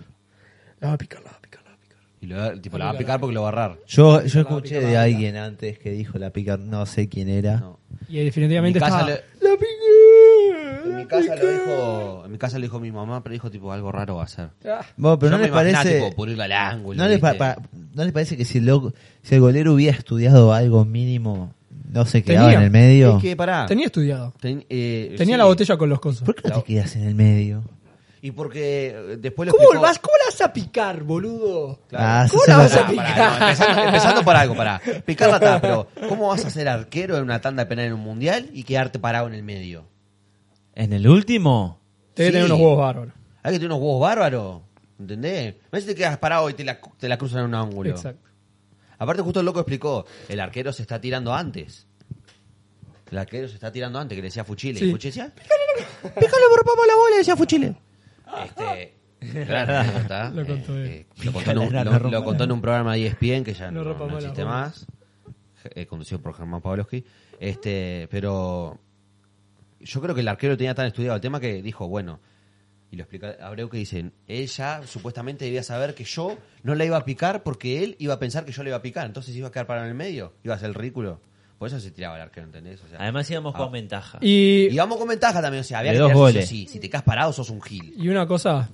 Speaker 4: La va a picar, la va a picar, la va a picar.
Speaker 5: Y lo, tipo, la va a picar porque lo va a barrar.
Speaker 6: Yo, yo escuché de alguien antes que dijo la picar, no sé quién era.
Speaker 5: No.
Speaker 4: Y ahí definitivamente
Speaker 5: En mi
Speaker 4: está.
Speaker 5: casa
Speaker 4: ¡La piqué!
Speaker 5: En
Speaker 4: la
Speaker 5: mi casa lo
Speaker 4: piqué".
Speaker 5: dijo, en mi casa lo dijo mi mamá, pero dijo tipo algo raro va a ser.
Speaker 4: Ah,
Speaker 6: Vos, pero
Speaker 5: Yo
Speaker 6: no
Speaker 5: me
Speaker 6: les
Speaker 5: imaginaba,
Speaker 6: parece.
Speaker 5: tipo, pulirla al ángulo,
Speaker 6: no, les pa-
Speaker 5: ¿viste?
Speaker 6: pa- ¿No les parece que si el, loco- si el golero hubiera estudiado algo mínimo, no se quedaba
Speaker 4: Tenía.
Speaker 6: en el medio?
Speaker 5: Es que pará.
Speaker 4: Tenía estudiado.
Speaker 5: Ten- eh,
Speaker 4: Tenía
Speaker 5: sí.
Speaker 4: la botella con los cosas.
Speaker 6: ¿Por qué no te quedas en el medio?
Speaker 5: Y porque eh, después lo
Speaker 4: ¿Cómo,
Speaker 5: explicó-
Speaker 4: vas, ¿Cómo la vas a picar, boludo?
Speaker 6: Ah,
Speaker 4: ¿Cómo
Speaker 6: se
Speaker 4: la
Speaker 6: sabe-
Speaker 4: vas a
Speaker 5: Pará,
Speaker 4: picar?
Speaker 5: pará, no, empezando, empezando por algo, pará. Picarla está, pero ¿cómo vas a ser arquero en una tanda de penal en un mundial y quedarte parado en el medio?
Speaker 6: ¿En el último?
Speaker 4: Te que
Speaker 5: Sí.
Speaker 4: tener unos huevos bárbaros.
Speaker 5: Hay que tener unos huevos bárbaros, ¿entendés? No es que te quedas parado y te la, te la cruzan en un ángulo.
Speaker 4: Exacto.
Speaker 5: Aparte, justo el loco explicó, el arquero se está tirando antes. El arquero se está tirando antes, que le decía Fuchile.
Speaker 4: Sí.
Speaker 5: Y Fuchile decía, pícale por papá la bola, decía Fuchile. Este, gran anécdota.
Speaker 4: Lo contó él.
Speaker 5: Eh, lo, contó en un,
Speaker 6: Pícale,
Speaker 5: lo-
Speaker 6: no rompa
Speaker 5: lo contó en
Speaker 6: la-
Speaker 5: un programa de E ESPN que ya
Speaker 4: No
Speaker 5: no,
Speaker 4: rompa
Speaker 5: no
Speaker 4: más la
Speaker 5: existe
Speaker 4: bola.
Speaker 5: más, eh, conducido por Germán Pavlovsky. Este, pero yo creo que el arquero tenía tan estudiado el tema que dijo, bueno, y lo explica Abreu que dicen, ella supuestamente debía saber que yo no la iba a picar porque él iba a pensar que yo la iba a picar, entonces iba a quedar parado en el medio, iba a ser el ridículo. Por eso se tiraba el arquero, ¿entendés? O sea,
Speaker 6: Además íbamos
Speaker 5: Ah.
Speaker 6: con ventaja.
Speaker 5: y
Speaker 4: Y,
Speaker 5: vamos con ventaja también, o sea, había
Speaker 6: De
Speaker 5: que
Speaker 6: dos
Speaker 5: tirarse sí o
Speaker 6: goles.
Speaker 5: sí. Si te quedas parado sos un gil.
Speaker 4: y una cosa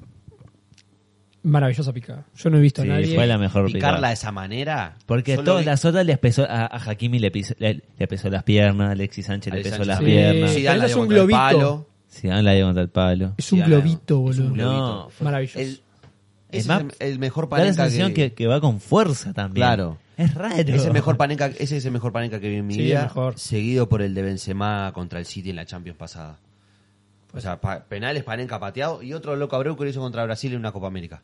Speaker 4: maravillosa picada. Yo no he visto
Speaker 6: Sí,
Speaker 4: a nadie.
Speaker 6: fue la mejor
Speaker 5: Picarla
Speaker 6: picada.
Speaker 5: de esa manera.
Speaker 6: Porque
Speaker 5: solo
Speaker 6: todas
Speaker 5: vi-
Speaker 6: las otras les pesó, a, a Hakimi le, pis- le, le pesó las piernas, Alexis Sánchez le
Speaker 5: Alexis
Speaker 6: pesó
Speaker 5: Sánchez
Speaker 6: las
Speaker 4: Sí.
Speaker 6: piernas.
Speaker 4: Sí.
Speaker 5: Zidane
Speaker 4: Pero
Speaker 5: la
Speaker 4: eso
Speaker 5: dio
Speaker 4: es un
Speaker 5: contra el
Speaker 4: globito.
Speaker 5: palo.
Speaker 6: Si dan la dio contra el palo.
Speaker 4: Es un
Speaker 5: Zidane la dio-
Speaker 4: globito,
Speaker 5: es un
Speaker 4: boludo.
Speaker 5: globito.
Speaker 6: No, fue-
Speaker 4: Maravilloso.
Speaker 5: El-
Speaker 6: Es
Speaker 5: ese
Speaker 6: más,
Speaker 5: es el, el mejor
Speaker 6: Da la
Speaker 5: panenca
Speaker 6: sensación que, que va con fuerza también.
Speaker 5: Claro.
Speaker 6: Es raro.
Speaker 4: [laughs]
Speaker 5: Ese, mejor panenca, ese es el mejor panenca que vi en mi
Speaker 4: Sí,
Speaker 5: vida,
Speaker 4: el mejor.
Speaker 5: seguido por el de Benzema contra el City en la Champions pasada. O sea, pa- penales, panenca pateado y otro loco Abreu que lo hizo contra Brasil en una Copa América.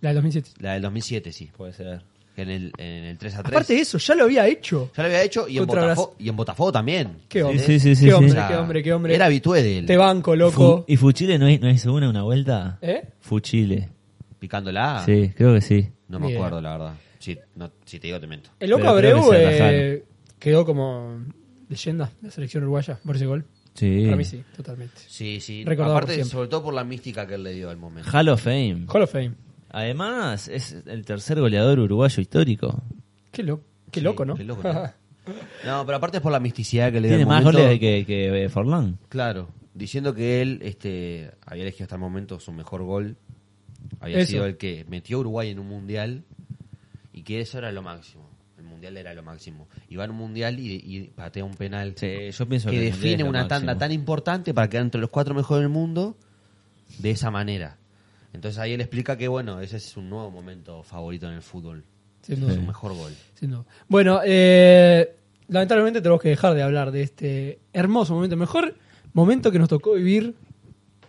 Speaker 4: La del 2007.
Speaker 5: La del 2007, sí.
Speaker 6: Puede ser.
Speaker 5: En el, en el 3 a 3.
Speaker 4: Aparte de eso, ya lo había hecho.
Speaker 5: ya lo había hecho y en,
Speaker 4: Contra
Speaker 5: Botafogo, y en Botafogo también.
Speaker 4: Qué hombre.
Speaker 6: sí, sí, sí,
Speaker 4: qué
Speaker 6: sí.
Speaker 4: hombre,
Speaker 5: O sea,
Speaker 4: qué hombre, qué hombre.
Speaker 5: Era habitué de él,
Speaker 4: Te banco, loco.
Speaker 6: Fu- ¿Y Fuchile no, hi- no hizo una, una vuelta?
Speaker 4: ¿Eh?
Speaker 6: Fuchile.
Speaker 5: picándola.
Speaker 6: Sí, creo que sí.
Speaker 5: No me
Speaker 4: Bien.
Speaker 5: acuerdo, la verdad. Si, no- si te digo, te miento.
Speaker 4: El loco
Speaker 6: Pero creo
Speaker 4: Abreu
Speaker 6: que se
Speaker 4: eh,
Speaker 6: rajaron.
Speaker 4: quedó como leyenda de la selección uruguaya por ese gol.
Speaker 6: Sí.
Speaker 4: Para mí sí, totalmente.
Speaker 5: Sí, sí.
Speaker 4: Recordado por
Speaker 5: Aparte,
Speaker 4: siempre.
Speaker 5: sobre todo por la mística que él le dio al momento.
Speaker 6: Hall of Fame.
Speaker 4: Hall of Fame.
Speaker 6: Además, es el tercer goleador uruguayo histórico.
Speaker 4: Qué, lo- qué
Speaker 5: Sí,
Speaker 4: loco, ¿no?
Speaker 5: qué loco, ¿no? No, pero aparte es por la misticidad que le dio
Speaker 6: Tiene
Speaker 5: el
Speaker 6: más
Speaker 5: momento.
Speaker 6: goles que, que eh, Forlán.
Speaker 5: Claro, diciendo que él este, había elegido hasta el momento su mejor gol. Había
Speaker 4: Eso.
Speaker 5: sido el que metió a Uruguay en un mundial y que eso era lo máximo. El mundial era lo máximo. Y va a un mundial y, y patea un penal
Speaker 6: Sí, yo pienso
Speaker 5: que
Speaker 6: que el mundial es
Speaker 5: define
Speaker 6: lo
Speaker 5: una tanda
Speaker 6: máximo.
Speaker 5: tan importante para quedar entre los cuatro mejores del mundo de esa manera. Entonces ahí él explica que, bueno, ese es un nuevo momento favorito en el fútbol.
Speaker 4: [laughs] Sin duda.
Speaker 5: Su mejor gol.
Speaker 4: Sin duda. Bueno, eh, lamentablemente tenemos que dejar de hablar de este hermoso momento, mejor momento que nos tocó vivir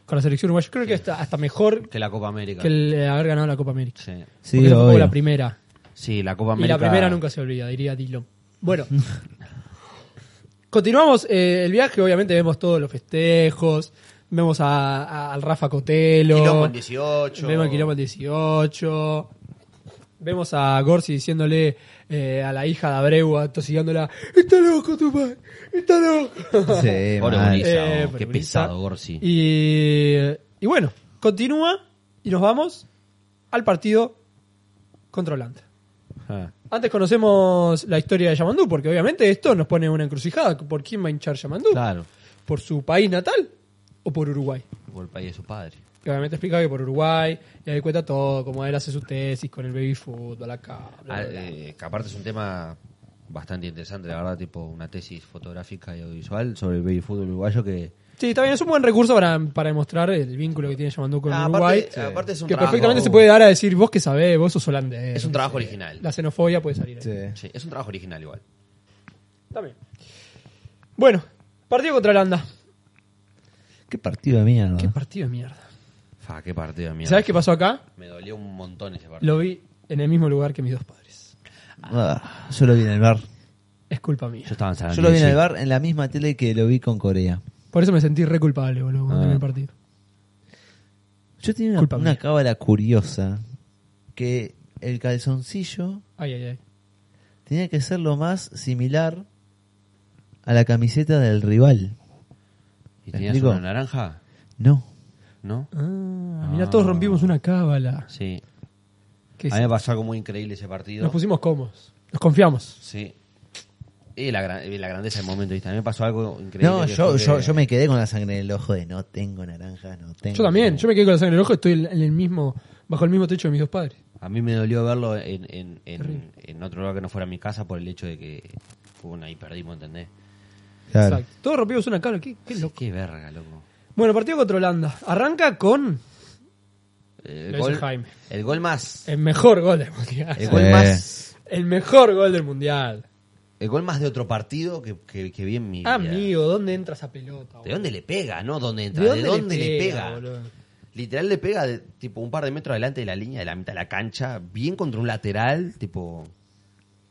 Speaker 4: con la selección uruguaya. Creo que hasta, hasta mejor
Speaker 5: Que la Copa América.
Speaker 4: que el eh, haber ganado la Copa América.
Speaker 5: Sí.
Speaker 6: Sí,
Speaker 4: Porque esa fue
Speaker 6: obvio.
Speaker 4: la primera.
Speaker 5: Sí, la Copa América.
Speaker 4: Y la primera nunca se olvida, diría Dilo. Bueno. Continuamos eh, el viaje, obviamente vemos todos los festejos, vemos a- a- al Rafa Cotelo.
Speaker 5: Quilombo en 18.
Speaker 4: Vemos a Quilombo en 18. Vemos a Gorsi diciéndole eh, a la hija de Abreu, atosigándola, está loco tu padre, está loco.
Speaker 6: Sí,
Speaker 5: Pobre
Speaker 6: mal.
Speaker 5: Gurisa,
Speaker 4: Eh,
Speaker 5: oh,
Speaker 4: pero
Speaker 5: qué
Speaker 4: Gurisa.
Speaker 5: [laughs] pesado, Gorsi.
Speaker 4: Y, y bueno, continúa y nos vamos al partido contra Holanda.
Speaker 5: Ah.
Speaker 4: Antes conocemos la historia de Yamandú, porque obviamente esto nos pone en una encrucijada. ¿Por quién va a hinchar Yamandú?
Speaker 5: [laughs] Claro,
Speaker 4: ¿Por su país natal o por Uruguay?
Speaker 5: por el país de su padre.
Speaker 4: Que obviamente explica que por Uruguay, y ahí cuenta todo, cómo él hace su tesis con el baby fútbol acá. bla,
Speaker 5: Ah,
Speaker 4: bla, bla.
Speaker 5: eh, que aparte es un tema bastante interesante, la verdad, tipo una tesis fotográfica y audiovisual sobre el baby fútbol uruguayo que...
Speaker 4: Sí, está bien, es un buen recurso para, para demostrar el vínculo que tiene Yamandú con
Speaker 5: Ah, aparte-
Speaker 4: Uruguay.
Speaker 5: sí, aparte es un
Speaker 4: que
Speaker 5: trabajo-
Speaker 4: perfectamente se puede dar a decir, vos que sabés, vos sos holandés.
Speaker 5: Es un
Speaker 4: no
Speaker 5: trabajo
Speaker 4: sé.
Speaker 5: original.
Speaker 4: La xenofobia puede salir. ahí.
Speaker 6: Sí.
Speaker 5: Sí, es un trabajo original igual.
Speaker 4: También. Bueno, partido contra Holanda.
Speaker 6: Qué partido de mierda.
Speaker 4: Qué partido de mierda.
Speaker 5: Fa, qué partido de mierda.
Speaker 4: ¿Sabés qué pasó acá?
Speaker 5: Me dolió un montón ese partido.
Speaker 4: Lo vi en el mismo lugar que mis dos padres.
Speaker 6: Ah, yo lo vi en el bar.
Speaker 4: Es culpa mía.
Speaker 5: estaba en San
Speaker 6: Yo lo vi en el bar en la misma tele que lo vi con Corea.
Speaker 4: Por eso me sentí re culpable, boludo, cuando
Speaker 6: Ah.
Speaker 4: terminé el partido.
Speaker 6: Yo tenía una,
Speaker 4: Culpa
Speaker 6: una
Speaker 4: mía.
Speaker 6: cábala curiosa que el calzoncillo
Speaker 4: Ay, ay, ay.
Speaker 6: tenía que ser lo más similar a la camiseta del rival.
Speaker 5: ¿Y
Speaker 6: ¿Me
Speaker 5: tenías
Speaker 6: explico?
Speaker 5: una naranja?
Speaker 6: No.
Speaker 5: ¿No?
Speaker 4: Ah, mirá, todos rompimos una cábala.
Speaker 5: Sí.
Speaker 4: ¿Qué
Speaker 5: A mí me pasó algo muy increíble ese partido.
Speaker 4: Nos pusimos cómodos. Nos confiamos.
Speaker 5: Sí. Y la, gran- y la grandeza del momento, ¿viste? A mí me pasó algo increíble.
Speaker 6: No,
Speaker 5: que
Speaker 6: yo,
Speaker 5: fue
Speaker 6: yo,
Speaker 5: que-
Speaker 6: yo me quedé con la sangre en el ojo de no tengo naranja, no tengo.
Speaker 4: Yo también. Yo me quedé con la sangre en el ojo. Estoy en el mismo, bajo el mismo techo de mis dos padres.
Speaker 5: A mí me dolió verlo en, en, en, en otro lugar que no fuera mi casa por el hecho de que fue una y perdimos, ¿entendés?
Speaker 6: Claro.
Speaker 4: Exacto. Todos rompimos una cábala. Qué, qué loco.
Speaker 5: Qué verga, loco.
Speaker 4: Bueno, partido contra Holanda. Arranca con
Speaker 5: El
Speaker 4: Lo hizo Jaime.
Speaker 5: el gol más.
Speaker 4: el mejor gol del mundial. Eh.
Speaker 5: El gol
Speaker 6: Sí.
Speaker 5: más.
Speaker 4: El mejor gol del mundial.
Speaker 5: El gol más de otro partido que, que, que vi en mi
Speaker 4: Ah,
Speaker 5: vida.
Speaker 4: Amigo, ¿dónde entra esa pelota?
Speaker 5: ¿De
Speaker 4: boludo?
Speaker 5: dónde le pega? No, ¿dónde entra? ¿De dónde, le pega?
Speaker 4: boludo?
Speaker 5: Literal le pega de, tipo un par de metros adelante de la línea de la mitad de la cancha, bien contra un lateral, tipo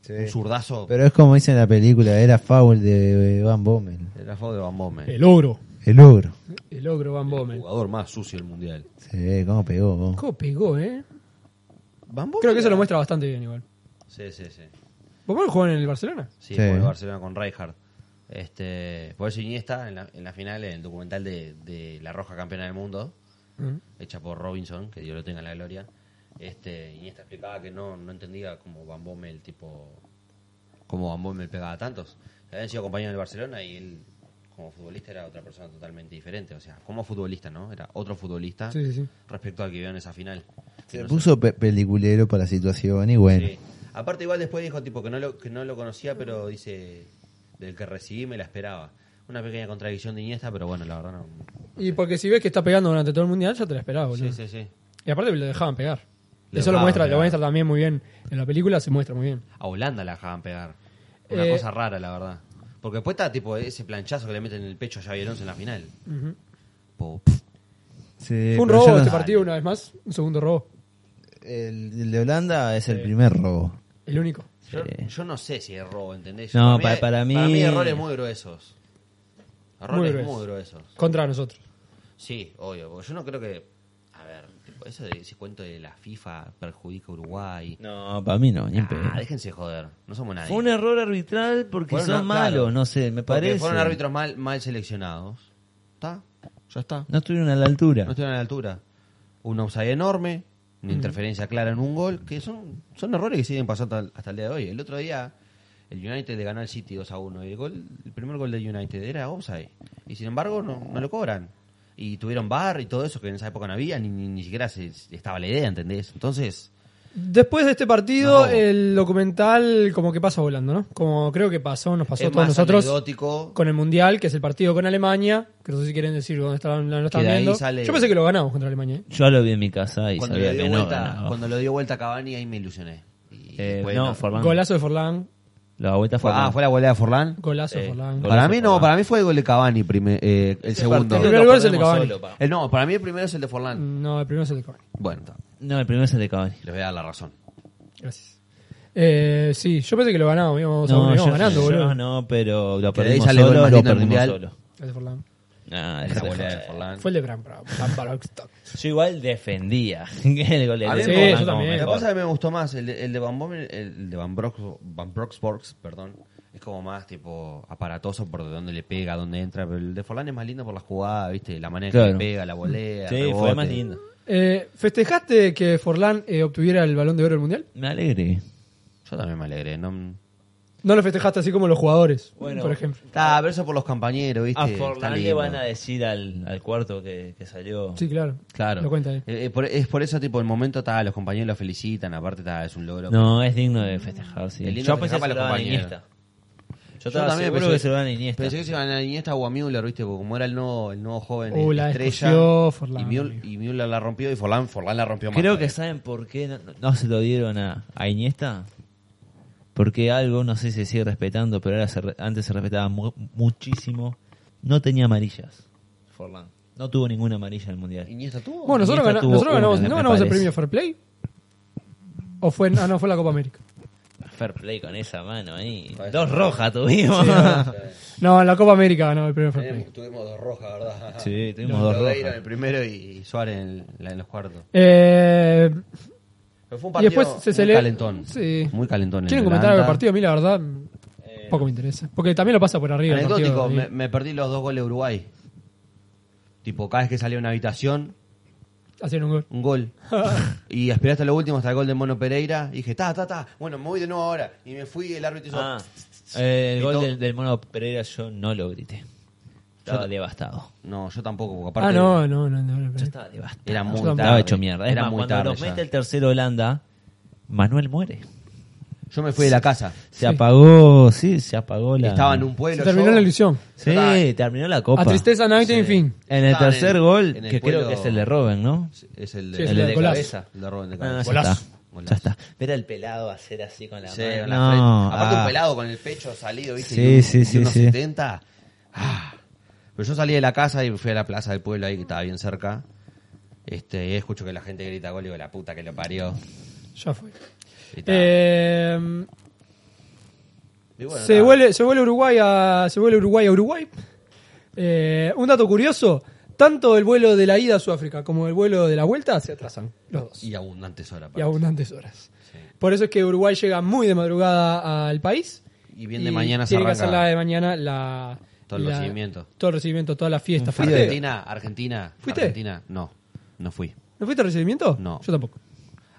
Speaker 5: un zurdazo.
Speaker 6: Pero es como dice en la película, era foul de eh, Van Bommel.
Speaker 5: Era favor de Van Bommel.
Speaker 4: El ogro.
Speaker 6: El ogro.
Speaker 4: El ogro Van
Speaker 5: El
Speaker 4: Bommel.
Speaker 5: jugador más sucio del mundial.
Speaker 6: Sí, cómo pegó. vos.
Speaker 4: ¿Cómo pegó, eh?
Speaker 5: Van Bommel.
Speaker 4: Creo que eso lo muestra bastante bien igual.
Speaker 5: Sí, sí, sí.
Speaker 4: ¿Van Bommel jugó en el Barcelona?
Speaker 5: Sí,
Speaker 6: Sí.
Speaker 5: por el Barcelona con Rijkaard. Este, por eso Iniesta en la, en la final, en el documental de, de La Roja Campeona del Mundo, hecha por Robinson, que Dios lo tenga en la gloria, este, Iniesta explicaba que no, no entendía cómo Van Bommel, tipo, cómo Van Bommel pegaba a tantos. Habían sido compañeros del Barcelona y él, como futbolista, era otra persona totalmente diferente. O sea, como futbolista, ¿no? Era otro futbolista
Speaker 4: Sí, sí, sí.
Speaker 5: respecto al que vio en esa final. Que
Speaker 6: Se
Speaker 5: no
Speaker 6: puso pe- peliculero para la situación y bueno.
Speaker 5: Sí. Eh, Aparte igual después dijo tipo que no lo, que no lo conocía, pero dice del que recibí me la esperaba. Una pequeña contradicción de Iniesta, pero bueno, la verdad no.
Speaker 4: Y porque si ves que está pegando durante todo el mundial, ya te la esperaba, boludo.
Speaker 5: Sí, sí, sí.
Speaker 4: Y aparte lo dejaban pegar.
Speaker 5: Lo
Speaker 4: Eso lo
Speaker 5: dejaban
Speaker 4: muestra,
Speaker 5: pegar.
Speaker 4: lo muestra también muy bien. En la película se muestra muy bien.
Speaker 5: A Holanda la dejaban pegar. Una
Speaker 4: Eh.
Speaker 5: cosa rara, la verdad. Porque después está tipo ese planchazo que le meten en el pecho a Xavi Alonso en la final. Po- pf.
Speaker 6: Sí,
Speaker 5: Eh,
Speaker 4: Fue un
Speaker 6: pero
Speaker 4: robo
Speaker 6: yo no-
Speaker 4: este partido una vez más, un segundo robo.
Speaker 6: El, el de Holanda es el primer robo.
Speaker 4: El único.
Speaker 5: Yo, yo no sé si es robo, ¿entendés?
Speaker 6: No,
Speaker 5: para,
Speaker 6: pa- para mí-
Speaker 5: Para mí errores muy gruesos. Errores
Speaker 4: gruesos.
Speaker 5: muy gruesos.
Speaker 4: Contra nosotros.
Speaker 5: Sí, obvio, porque yo no creo que. A ver, tipo, eso de ese cuento de la FIFA perjudica a Uruguay.
Speaker 6: No, para mí no, ni en pedo.
Speaker 5: Ah, déjense joder, no somos nadie.
Speaker 6: Fue un error arbitral porque
Speaker 5: Fueron
Speaker 6: son
Speaker 5: a-
Speaker 6: malos,
Speaker 5: claro.
Speaker 6: no sé, me
Speaker 5: Porque
Speaker 6: parece.
Speaker 5: Fueron árbitros mal, mal seleccionados. ¿Está? Ya está.
Speaker 6: No estuvieron a la altura.
Speaker 5: No estuvieron a la altura. Un offside enorme, una interferencia clara en un gol, que son, son errores que siguen pasando al- hasta el día de hoy. El otro día, El United le ganó al City 2 a 1. Y el, gol, el primer gol del United era offside. Y sin embargo, no, no lo cobran. Y tuvieron bar y todo eso que en esa época no había, ni, ni, ni siquiera se- estaba la idea, ¿entendés? Entonces,
Speaker 4: Después de este partido,
Speaker 5: No.
Speaker 4: el documental como que pasa volando, ¿no? Como creo que pasó, nos pasó a
Speaker 5: es
Speaker 4: todos
Speaker 5: más
Speaker 4: nosotros
Speaker 5: anecdótico.
Speaker 4: con el Mundial, que es el partido con Alemania, que no sé si quieren decir dónde estaban, lo estaban
Speaker 5: de ahí
Speaker 4: viendo.
Speaker 5: sale-
Speaker 4: Yo pensé que lo ganamos contra Alemania. ¿eh?
Speaker 6: Yo lo vi en mi casa y
Speaker 5: Cuando
Speaker 6: sabía
Speaker 5: le, dio
Speaker 6: que no
Speaker 5: vuelta,
Speaker 6: ganaba.
Speaker 5: cuando le dio vuelta a Cavani, ahí me ilusioné. Y
Speaker 6: Eh,
Speaker 5: después
Speaker 6: no, Forlán.
Speaker 4: Golazo de Forlán,
Speaker 6: La vuelta fue.
Speaker 5: ah, fue la goleada de Forlán.
Speaker 4: golazo de
Speaker 6: Sí.
Speaker 4: Forlán.
Speaker 6: Golazo
Speaker 5: Para mí no,
Speaker 6: Forlán.
Speaker 5: para mí fue el gol de Cavani prime- eh, el segundo.
Speaker 4: partido- primer gol es el de Cavani.
Speaker 5: El- no, para mí el primero es el de Forlán.
Speaker 4: No, el primero es el de Cavani.
Speaker 5: Bueno, ta,
Speaker 6: No, el primero es el de Cavani.
Speaker 5: les voy a dar la razón.
Speaker 4: Gracias. Eh, sí, yo pensé que lo ganamos, íbamos, a- íbamos
Speaker 6: yo-
Speaker 4: ganando,
Speaker 6: yo
Speaker 4: boludo.
Speaker 6: no, pero lo
Speaker 5: Que de ahí
Speaker 6: perdimos
Speaker 5: sale el gol
Speaker 6: solo,
Speaker 5: más
Speaker 6: lo
Speaker 5: lindo del
Speaker 6: perdimos
Speaker 5: Mundial.
Speaker 6: solo.
Speaker 4: Gracias, Forlán.
Speaker 6: Nah,
Speaker 5: Esa
Speaker 6: déjate
Speaker 5: goleada
Speaker 6: joder.
Speaker 5: de Forlán.
Speaker 4: Fue el de Bram, Bram, Bram, Bram, Stock.
Speaker 6: Yo igual defendía [laughs] el gol de
Speaker 5: A mí
Speaker 6: Forlán
Speaker 5: me-
Speaker 4: Sí, yo
Speaker 6: como
Speaker 4: también.
Speaker 5: La
Speaker 6: mejor.
Speaker 5: cosa que me gustó más, el de, el de Van Bommel- el de Van, Brox- Van Broxborgs, perdón, es como más tipo aparatoso por dónde le pega, dónde entra, pero el de Forlán es más lindo por la jugada, ¿viste? La manera que
Speaker 6: Claro.
Speaker 5: le pega, la volea,
Speaker 6: Sí,
Speaker 5: el
Speaker 6: fue
Speaker 5: rebote.
Speaker 6: más lindo.
Speaker 4: Eh, ¿Festejaste que Forlán eh, obtuviera el balón de oro del mundial?
Speaker 6: Me alegre.
Speaker 5: Yo también me alegré, ¿no?
Speaker 4: No lo festejaste así como los jugadores,
Speaker 6: Bueno.
Speaker 4: por ejemplo.
Speaker 5: Ah, pero eso por los compañeros, ¿viste?
Speaker 6: A
Speaker 5: Está
Speaker 6: Forlán le
Speaker 5: lindo.
Speaker 6: Ah, van a decir al, al cuarto que, que salió.
Speaker 4: Sí, claro.
Speaker 5: Claro.
Speaker 4: Lo cuenta él.
Speaker 5: Eh, eh, por- es por eso, tipo, el momento, ta, los compañeros lo felicitan, aparte, ta, es un logro.
Speaker 6: No, es digno de festejar, sí.
Speaker 5: Es lindo
Speaker 6: Yo
Speaker 5: festejar
Speaker 6: pensé que
Speaker 5: para los
Speaker 6: se lo daban a
Speaker 5: compañeros.
Speaker 6: Iniesta. Yo estaba seguro que se lo daban a Iniesta.
Speaker 5: Pensé que se lo daban a Iniesta o a Müller, ¿viste? Porque como era el nuevo, el nuevo joven
Speaker 4: Uh,
Speaker 5: eh,
Speaker 4: la
Speaker 5: estrella.
Speaker 4: discusió, Forlán,
Speaker 5: y, Müller,
Speaker 4: amigo.
Speaker 5: y Müller la rompió y Forlán, Forlán la rompió más.
Speaker 6: Creo
Speaker 5: todavía.
Speaker 6: que saben por qué no, no se lo dieron a, a Iniesta. Porque algo, no sé si se sigue respetando, pero ahora se re- antes se respetaba mu- muchísimo. No tenía amarillas. Forlán. No tuvo ninguna amarilla en el Mundial.
Speaker 5: Iniesta tuvo.
Speaker 4: Bueno, nosotros,
Speaker 6: Iniesta
Speaker 4: gana-
Speaker 6: tuvo
Speaker 4: nosotros
Speaker 6: una,
Speaker 4: ganamos,
Speaker 6: me
Speaker 4: ¿no ganamos el
Speaker 6: parece.
Speaker 4: premio Fair Play? ¿O fue, en- ah, no, fue la Copa América?
Speaker 6: Fair play con esa mano ahí. Dos rojas tuvimos. [laughs]
Speaker 4: No, en la Copa América ganó el premio Fair Play.
Speaker 5: Tenemos- tuvimos dos rojas, ¿verdad?
Speaker 6: [laughs] Sí, tuvimos dos
Speaker 5: Lodeiro en
Speaker 6: rojas.
Speaker 5: el primero y Suárez en, la- en los cuartos.
Speaker 4: Eh,
Speaker 5: Pero fue un
Speaker 4: y
Speaker 5: partido
Speaker 4: después se
Speaker 5: muy
Speaker 4: celebra.
Speaker 5: calentón.
Speaker 4: Sí.
Speaker 5: Muy calentón. el
Speaker 4: ¿Quieren
Speaker 5: de
Speaker 4: comentar algo del
Speaker 5: Atlanta.
Speaker 4: partido? A mí, la verdad, poco me interesa. Porque también lo pasa por arriba. el partido,
Speaker 5: Anecdótico,
Speaker 4: y-
Speaker 5: me, me perdí los dos goles de Uruguay. Tipo, cada vez que salía a una habitación,
Speaker 4: Hacían un gol.
Speaker 5: un gol. y esperé hasta lo último, hasta el gol de Mono Pereira. Y dije, ta, ta, ta. Bueno, me voy de nuevo ahora. Y me fui, el árbitro hizo.
Speaker 6: Ah, eh, el
Speaker 5: Y
Speaker 6: gol
Speaker 5: todo-
Speaker 6: del, del mono Pereira yo no lo grité. Estaba devastado.
Speaker 5: No, yo tampoco, porque aparte
Speaker 4: Ah, no, no, no. no, no.
Speaker 6: Yo estaba devastado.
Speaker 5: era muy
Speaker 4: Yo
Speaker 5: tarde.
Speaker 4: tampoco.
Speaker 6: Estaba hecho mierda. Es
Speaker 5: Era
Speaker 6: más,
Speaker 5: muy
Speaker 6: cuando
Speaker 5: tarde.
Speaker 6: nos
Speaker 5: ya.
Speaker 6: mete el tercero Holanda, Manuel muere.
Speaker 5: Yo me fui de la casa.
Speaker 6: Se
Speaker 4: Sí.
Speaker 6: apagó, sí, se apagó la.
Speaker 5: Estaba en un pueblo.
Speaker 4: Se terminó
Speaker 5: yo.
Speaker 4: la ilusión.
Speaker 6: Sí, terminó la copa.
Speaker 4: A tristeza, no hay en fin.
Speaker 6: En el
Speaker 5: Estaba en
Speaker 6: tercer
Speaker 5: el-
Speaker 6: gol,
Speaker 5: en el
Speaker 6: que creo
Speaker 5: pueblo- Ah,
Speaker 6: que es el de Robben, ¿no?
Speaker 5: Es el de,
Speaker 4: Sí,
Speaker 5: el
Speaker 4: es el
Speaker 5: de
Speaker 4: de golazo.
Speaker 5: cabeza. El de Robin de
Speaker 6: Ah,
Speaker 5: cabeza.
Speaker 6: ya está.
Speaker 5: Golazo.
Speaker 6: Ya está. Ver al pelado hacer así con la
Speaker 5: Sí,
Speaker 6: mano.
Speaker 5: con la
Speaker 6: No,
Speaker 5: frente. Aparte
Speaker 6: ah.
Speaker 5: un pelado con el pecho salido, ¿viste?
Speaker 6: Sí,
Speaker 5: Y un-
Speaker 6: sí,
Speaker 5: y
Speaker 6: sí,
Speaker 5: unos
Speaker 6: sí.
Speaker 5: 70. Ah. Pero yo salí de la casa y fui a la plaza del pueblo ahí que estaba bien cerca. Este, y escucho que la gente grita gol y digo, la puta que lo parió.
Speaker 4: Ya fue.
Speaker 5: Y ta.
Speaker 4: Eh,
Speaker 5: Y bueno,
Speaker 4: se,
Speaker 5: ta.
Speaker 4: vuelve, se vuelve Uruguay a se vuelve Uruguay a Uruguay. Eh, un dato curioso, tanto el vuelo de la ida a Sudáfrica como el vuelo de la vuelta se atrasan los dos
Speaker 5: Y abundantes
Speaker 4: y
Speaker 5: horas. aparte.
Speaker 4: abundantes horas. Por eso es que Uruguay llega muy de madrugada al país
Speaker 5: Y bien de mañana se
Speaker 4: tiene que
Speaker 5: arranca.
Speaker 4: hacer la de mañana la
Speaker 5: Todo el
Speaker 4: la-
Speaker 5: recibimiento.
Speaker 4: todo el recibimiento, toda la fiesta.
Speaker 5: Fui
Speaker 4: ¿Fuiste?
Speaker 5: a Argentina, Argentina.
Speaker 4: ¿Fuiste?
Speaker 5: Argentina, no. No fui.
Speaker 4: ¿No fuiste al recibimiento?
Speaker 5: No.
Speaker 4: Yo tampoco.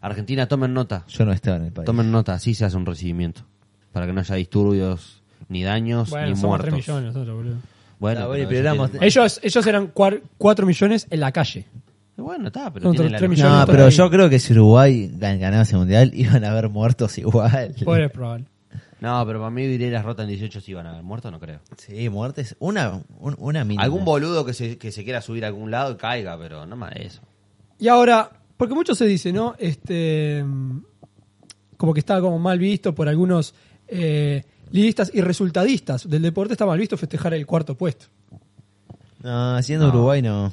Speaker 5: Argentina, tomen nota.
Speaker 6: Yo no estaba en el país.
Speaker 5: Tomen nota, así se hace un recibimiento. Para que no haya disturbios, ni daños,
Speaker 4: Bueno,
Speaker 5: ni
Speaker 4: somos
Speaker 5: muertos.
Speaker 4: 3 millones nosotros, boludo.
Speaker 5: Bueno,
Speaker 6: Ah, bueno,
Speaker 5: pero eso
Speaker 6: pero éramos-
Speaker 5: tiene-
Speaker 4: Ellos, ellos eran 4 millones en la
Speaker 5: [laughs]
Speaker 4: calle.
Speaker 5: Bueno, está, pero
Speaker 4: Son
Speaker 5: tiene
Speaker 4: tres
Speaker 5: la
Speaker 4: millones.
Speaker 5: lógica.
Speaker 4: no
Speaker 6: No,
Speaker 4: estoy
Speaker 6: pero
Speaker 4: ahí.
Speaker 6: yo creo que si Uruguay gan- ganaba ese mundial, [laughs] iban a haber muertos igual.
Speaker 4: Pobre es probable.
Speaker 5: No, pero para mí Vidrieras rota en 18 si iban a haber muerto, no creo.
Speaker 6: Sí, muertes. Una, un- una mínima.
Speaker 5: Algún boludo que se, que se quiera subir a algún lado y caiga, pero no más eso.
Speaker 4: Y ahora, porque mucho se dice, ¿no? Este, mm, como que está como mal visto por algunos eh, lidistas y resultadistas del deporte, está mal visto festejar el cuarto puesto.
Speaker 6: No, siendo Uruguay no.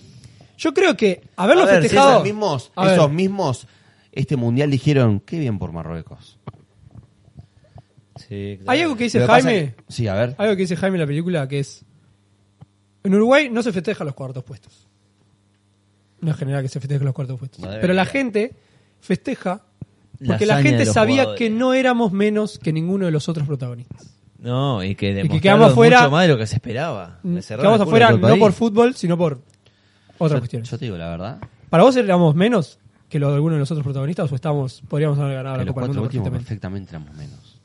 Speaker 4: Yo creo que haberlo
Speaker 5: A ver, si
Speaker 4: festejado.
Speaker 5: esos mismos,
Speaker 4: A ver,
Speaker 5: esos mismos, este mundial dijeron, qué bien por Marruecos.
Speaker 6: Sí,
Speaker 4: hay algo que dice
Speaker 5: Lo que pasa
Speaker 4: Jaime,
Speaker 5: que- sí, a ver.
Speaker 4: algo que dice Jaime en la película que es en Uruguay no se festejan los cuartos puestos. No es general que se festejen los cuartos puestos.
Speaker 5: No debería.
Speaker 4: Pero la gente festeja
Speaker 6: La
Speaker 4: porque la,
Speaker 6: hazaña
Speaker 4: gente
Speaker 6: de los
Speaker 4: sabía
Speaker 6: jugadores.
Speaker 4: que no éramos menos que ninguno de los otros protagonistas.
Speaker 6: No, y que Mm, demostraron
Speaker 4: quedamos afuera-
Speaker 6: mucho más de lo que se esperaba. Le
Speaker 4: Mm, que
Speaker 6: cerraron
Speaker 4: vamos
Speaker 6: el culo a
Speaker 4: afuera
Speaker 6: todo el
Speaker 4: no
Speaker 6: país.
Speaker 4: por fútbol, sino por otras
Speaker 5: Yo,
Speaker 4: cuestiones.
Speaker 5: yo te digo la verdad.
Speaker 4: ¿Para vos éramos menos que lo de alguno de los otros protagonistas o estamos, podríamos haber ganado
Speaker 5: que
Speaker 4: la
Speaker 5: los
Speaker 4: Copa del
Speaker 5: cuatro
Speaker 4: Mundo
Speaker 5: últimos
Speaker 4: perfectamente?
Speaker 5: perfectamente éramos menos.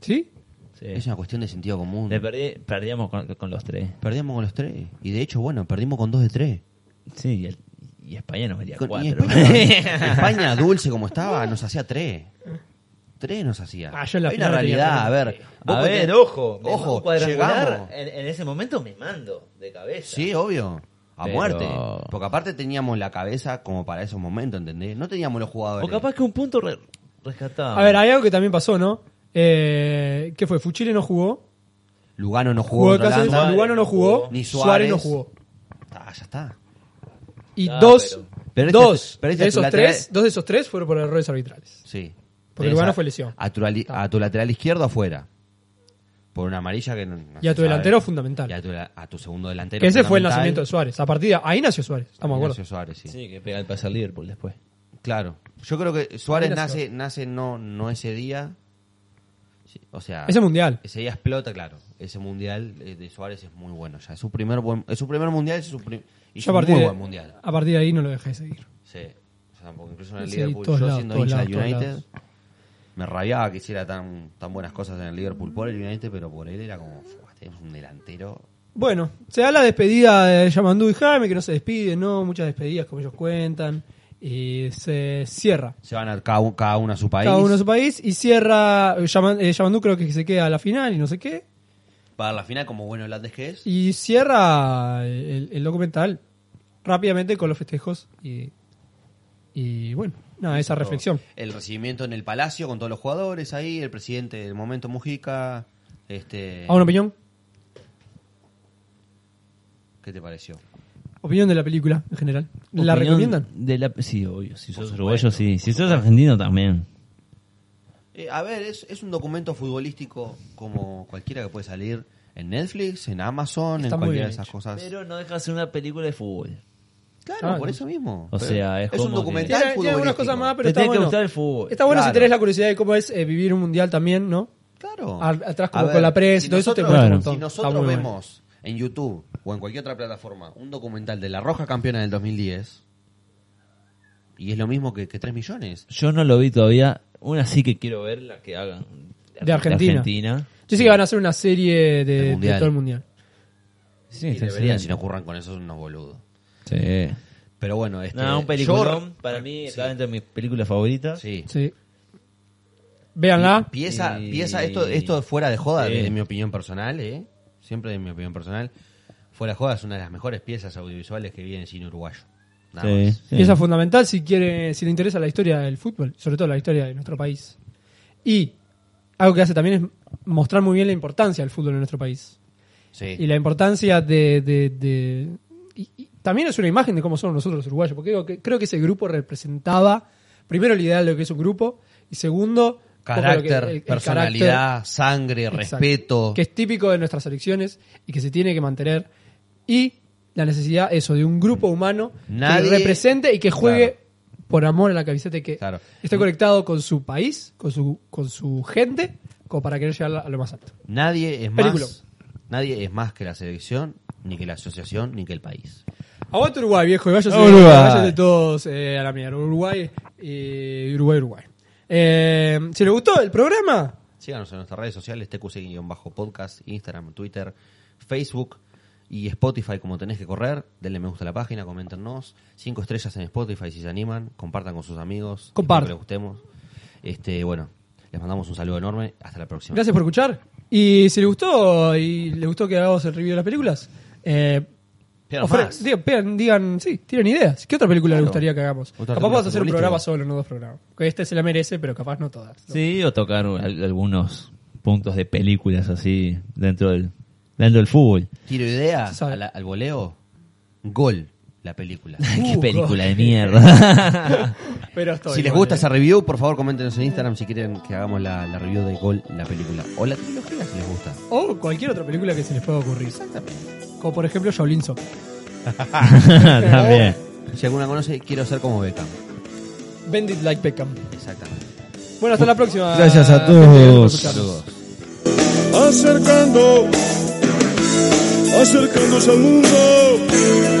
Speaker 4: ¿Sí?
Speaker 6: Sí.
Speaker 5: Es una cuestión de sentido común.
Speaker 6: Le perdí- perdíamos con, con los tres.
Speaker 5: Perdíamos con los tres. Y de hecho, bueno, perdimos con dos de tres.
Speaker 6: Sí, y, el- y España nos metía
Speaker 5: Con- y España,
Speaker 6: cuatro. [laughs]
Speaker 5: España, dulce como estaba, nos hacía tres. Tres nos hacía.
Speaker 4: Ah, yo en la
Speaker 5: Hay una
Speaker 4: final tenía
Speaker 5: realidad,
Speaker 4: tres.
Speaker 5: a ver. vos
Speaker 6: A
Speaker 5: tenés-
Speaker 6: ver, ojo, me mando un
Speaker 5: ojo,
Speaker 6: cuadrangular.
Speaker 5: llegamos.
Speaker 6: En, en ese momento me mando de cabeza.
Speaker 5: Sí, obvio. A
Speaker 6: Pero-
Speaker 5: muerte. Porque aparte teníamos la cabeza como para esos momentos, ¿entendés? No teníamos los jugadores.
Speaker 6: O capaz que un punto re- rescatado.
Speaker 5: Ah.
Speaker 4: A ver, hay algo que también pasó, ¿no? Eh, ¿Qué fue? Fuchile no jugó.
Speaker 5: Lugano no
Speaker 4: Jugó
Speaker 5: jugó.
Speaker 4: de Cáceres,
Speaker 5: Holanda.
Speaker 4: Lugano no jugó.
Speaker 5: Ni
Speaker 4: Suárez
Speaker 5: Suárez.
Speaker 4: no jugó.
Speaker 5: Ah, ya está.
Speaker 4: Y
Speaker 6: Ah,
Speaker 4: dos,
Speaker 6: pero-
Speaker 5: pero este-
Speaker 4: dos,
Speaker 5: pero este
Speaker 4: de
Speaker 5: es tu
Speaker 4: esos
Speaker 5: lateral-
Speaker 4: tres, dos de esos tres fueron por errores arbitrales.
Speaker 5: Sí.
Speaker 4: Porque
Speaker 5: Tenés
Speaker 4: Lugano
Speaker 5: a-
Speaker 4: fue lesión.
Speaker 5: A tu, lali- a tu lateral izquierdo afuera. Por una amarilla que no, no
Speaker 4: Y a
Speaker 5: se
Speaker 4: tu
Speaker 5: sabe.
Speaker 4: delantero fundamental.
Speaker 5: Y a tu, la- a tu segundo delantero.
Speaker 4: Que ese fue el
Speaker 5: fundamental,
Speaker 4: nacimiento de Suárez. A partir de ahí nació Suárez, estamos de Ah, acuerdo.
Speaker 5: Ignacio Suárez, sí.
Speaker 6: Sí, que pega el pase al Liverpool después.
Speaker 5: Claro. Yo creo que Suárez
Speaker 4: Mira,
Speaker 5: nace, nace no, no ese día. Sí, O sea,
Speaker 4: Ese mundial.
Speaker 5: ese día explota, claro. Ese mundial eh, de Suárez es muy bueno. Ya es su primer buen, es su primer mundial, es su prim- y es
Speaker 4: Yo a
Speaker 5: un muy
Speaker 4: partir, de,
Speaker 5: buen mundial.
Speaker 4: a partir de ahí no lo dejé de seguir.
Speaker 5: Sí. O sea, porque incluso en el
Speaker 4: Sí,
Speaker 5: Liverpool, yo
Speaker 4: todos lados,
Speaker 5: siendo
Speaker 4: todos
Speaker 5: hincha de
Speaker 4: lados, todos
Speaker 5: United, me rabiaba que hiciera tan, tan buenas cosas en el Liverpool por el United, pero por él era como, "Fua, este es un delantero.
Speaker 4: Bueno, se da la despedida de Yamandú y Jaime, que no se despiden, ¿no? Muchas despedidas, como ellos cuentan. Y se cierra.
Speaker 5: Se van a cada, u- cada uno a su país.
Speaker 4: Cada uno a su país y cierra. eh, Yaman- eh, Yamandú creo que se queda a la final y no sé qué.
Speaker 5: Para la final, como bueno holandés que es.
Speaker 4: Y cierra el, el documental rápidamente con los festejos y, y bueno, nada, esa reflexión.
Speaker 6: Eh.
Speaker 5: El recibimiento en el palacio con todos los jugadores ahí, el presidente del momento Mujica. Este,
Speaker 4: ¿A una opinión?
Speaker 5: ¿Qué te pareció?
Speaker 4: Opinión de la película en general. ¿La
Speaker 6: Opinión
Speaker 4: recomiendan?
Speaker 6: De la, sí, obvio. Si sos
Speaker 5: supuesto.
Speaker 6: uruguayo, sí. Si sos argentino, también.
Speaker 5: Eh, a ver, es, es un documento futbolístico como cualquiera que puede salir en Netflix, en Amazon,
Speaker 4: Está
Speaker 5: en
Speaker 4: muy bien
Speaker 5: cualquiera de esas
Speaker 4: hecho.
Speaker 5: cosas.
Speaker 6: Pero no deja de ser una película de fútbol.
Speaker 5: claro,
Speaker 4: Ah,
Speaker 5: por
Speaker 4: no.
Speaker 5: eso mismo.
Speaker 6: O sea, es
Speaker 5: un
Speaker 6: como que-
Speaker 4: Tiene,
Speaker 5: documental
Speaker 4: tiene algunas
Speaker 5: futbolístico.
Speaker 4: cosas más, pero
Speaker 6: Te
Speaker 4: está
Speaker 6: tiene que
Speaker 4: bueno.
Speaker 6: gustar el fútbol.
Speaker 4: Está bueno si
Speaker 5: Claro.
Speaker 4: tenés la curiosidad de cómo es eh, vivir un mundial también, ¿no?
Speaker 5: Claro.
Speaker 4: Al- atrás como con la prensa,
Speaker 5: si
Speaker 4: todo eso te
Speaker 5: nosotros-
Speaker 6: cuesta un
Speaker 4: montón.
Speaker 5: Si
Speaker 4: Está
Speaker 5: nosotros
Speaker 4: muy
Speaker 5: vemos en YouTube o en cualquier otra plataforma un documental de La Roja Campeona del 2010, y es lo mismo que, que 3 millones.
Speaker 6: Yo no lo vi todavía. Una sí que quiero ver, la que hagan.
Speaker 4: De Argentina.
Speaker 6: Argentina.
Speaker 4: Yo sé que van a hacer una serie de,
Speaker 5: Del
Speaker 4: de
Speaker 5: mundial.
Speaker 4: todo el mundial.
Speaker 6: Sí,
Speaker 5: Y
Speaker 6: está
Speaker 5: deberían,
Speaker 6: excelente.
Speaker 5: si no curran con eso, son unos boludos.
Speaker 6: Sí.
Speaker 5: Pero bueno, este,
Speaker 6: No, un peliculón.
Speaker 5: yo-
Speaker 6: para mí está
Speaker 5: Sí.
Speaker 6: dentro de mis películas favoritas.
Speaker 5: Sí.
Speaker 4: Sí. Véanla.
Speaker 5: Pieza,
Speaker 6: Y-
Speaker 5: pieza, esto, esto es fuera de joda,
Speaker 6: Sí.
Speaker 5: de, de mi opinión personal, ¿eh? Siempre de mi opinión personal. Fuera de joda es una de las mejores piezas audiovisuales que viene en cine uruguayo. Nada
Speaker 6: Sí,
Speaker 5: más.
Speaker 6: sí.
Speaker 4: Y esa es fundamental si quiere, si le interesa la historia del fútbol, sobre todo la historia de nuestro país. Y algo que hace también es mostrar muy bien la importancia del fútbol en nuestro país.
Speaker 5: Sí.
Speaker 4: Y la importancia de... de- de- y- y también es una imagen de cómo somos nosotros los uruguayos, porque creo que, creo que ese grupo representaba, primero, el ideal de lo que es un grupo, y segundo, un poco lo que-
Speaker 5: Carácter,
Speaker 4: el- el
Speaker 5: personalidad,
Speaker 4: carácter
Speaker 5: sangre,
Speaker 4: Exacto.
Speaker 5: respeto.
Speaker 4: Que es típico de nuestras elecciones y que se tiene que mantener. Y la necesidad, eso, de un grupo humano
Speaker 5: Nadie-
Speaker 4: que represente y que juegue por amor a la camiseta y que
Speaker 5: Claro. Mm.
Speaker 4: esté conectado con su país, con su, con su gente, como para querer llegar a lo más alto.
Speaker 5: Nadie es
Speaker 4: Película.
Speaker 5: más. Nadie es más que la selección, ni que la asociación, ni que el país.
Speaker 4: Aguante Uruguay, viejo, y váyase,
Speaker 6: Uruguay.
Speaker 4: váyase todos eh, a la mierda. Uruguay, eh, Uruguay, Uruguay. Eh, si les gustó el programa,
Speaker 5: Síganos en nuestras redes sociales, TQC-podcast, Instagram, Twitter, Facebook y Spotify como tenés que correr. Denle me gusta a la página, coméntenos. Cinco estrellas en Spotify si se animan. Compartan con sus amigos.
Speaker 4: Compartan.
Speaker 5: Espero Que les gustemos. Este, bueno, les mandamos un saludo enorme. Hasta la próxima.
Speaker 4: Gracias por escuchar. Y si le gustó y le gustó que hagamos el review de las películas, eh,
Speaker 5: Pidan
Speaker 4: ofre-
Speaker 5: más.
Speaker 4: digan, pidan- digan, sí, tienen ideas. ¿Qué otra película
Speaker 5: Claro.
Speaker 4: le gustaría que hagamos?
Speaker 5: Otra
Speaker 4: Capaz
Speaker 5: película
Speaker 4: vamos a hacer un
Speaker 5: futbolística.
Speaker 4: programa solo, no dos programas. Que este se la merece, pero capaz no todas. ¿no?
Speaker 6: Sí, o tocar al- algunos puntos de películas así dentro del, dentro del fútbol.
Speaker 5: Tiro idea
Speaker 4: Se sabe.
Speaker 5: a la- al voleo. Gol, la
Speaker 4: [laughs]
Speaker 5: película.
Speaker 6: Qué
Speaker 4: Uh,
Speaker 6: película
Speaker 4: [laughs]
Speaker 6: de mierda. [laughs]
Speaker 4: Pero estoy
Speaker 5: Si les
Speaker 4: igual,
Speaker 5: gusta
Speaker 4: eh.
Speaker 5: esa review, por favor coméntenos en Instagram si quieren que hagamos la, la review de Gol, la película. O la trilogía si les gusta.
Speaker 4: O cualquier otra película que se les pueda ocurrir. Como por ejemplo Shaolin Soccer.
Speaker 6: También.
Speaker 5: Si alguna conoce, quiero ser como Beckham.
Speaker 4: Bend it like Beckham.
Speaker 5: Exactamente.
Speaker 4: Bueno, hasta la próxima.
Speaker 6: Gracias a
Speaker 4: gente, gracias por
Speaker 6: todos.
Speaker 4: escucharnos.
Speaker 5: Saludos.
Speaker 2: acercando, acercándose al mundo,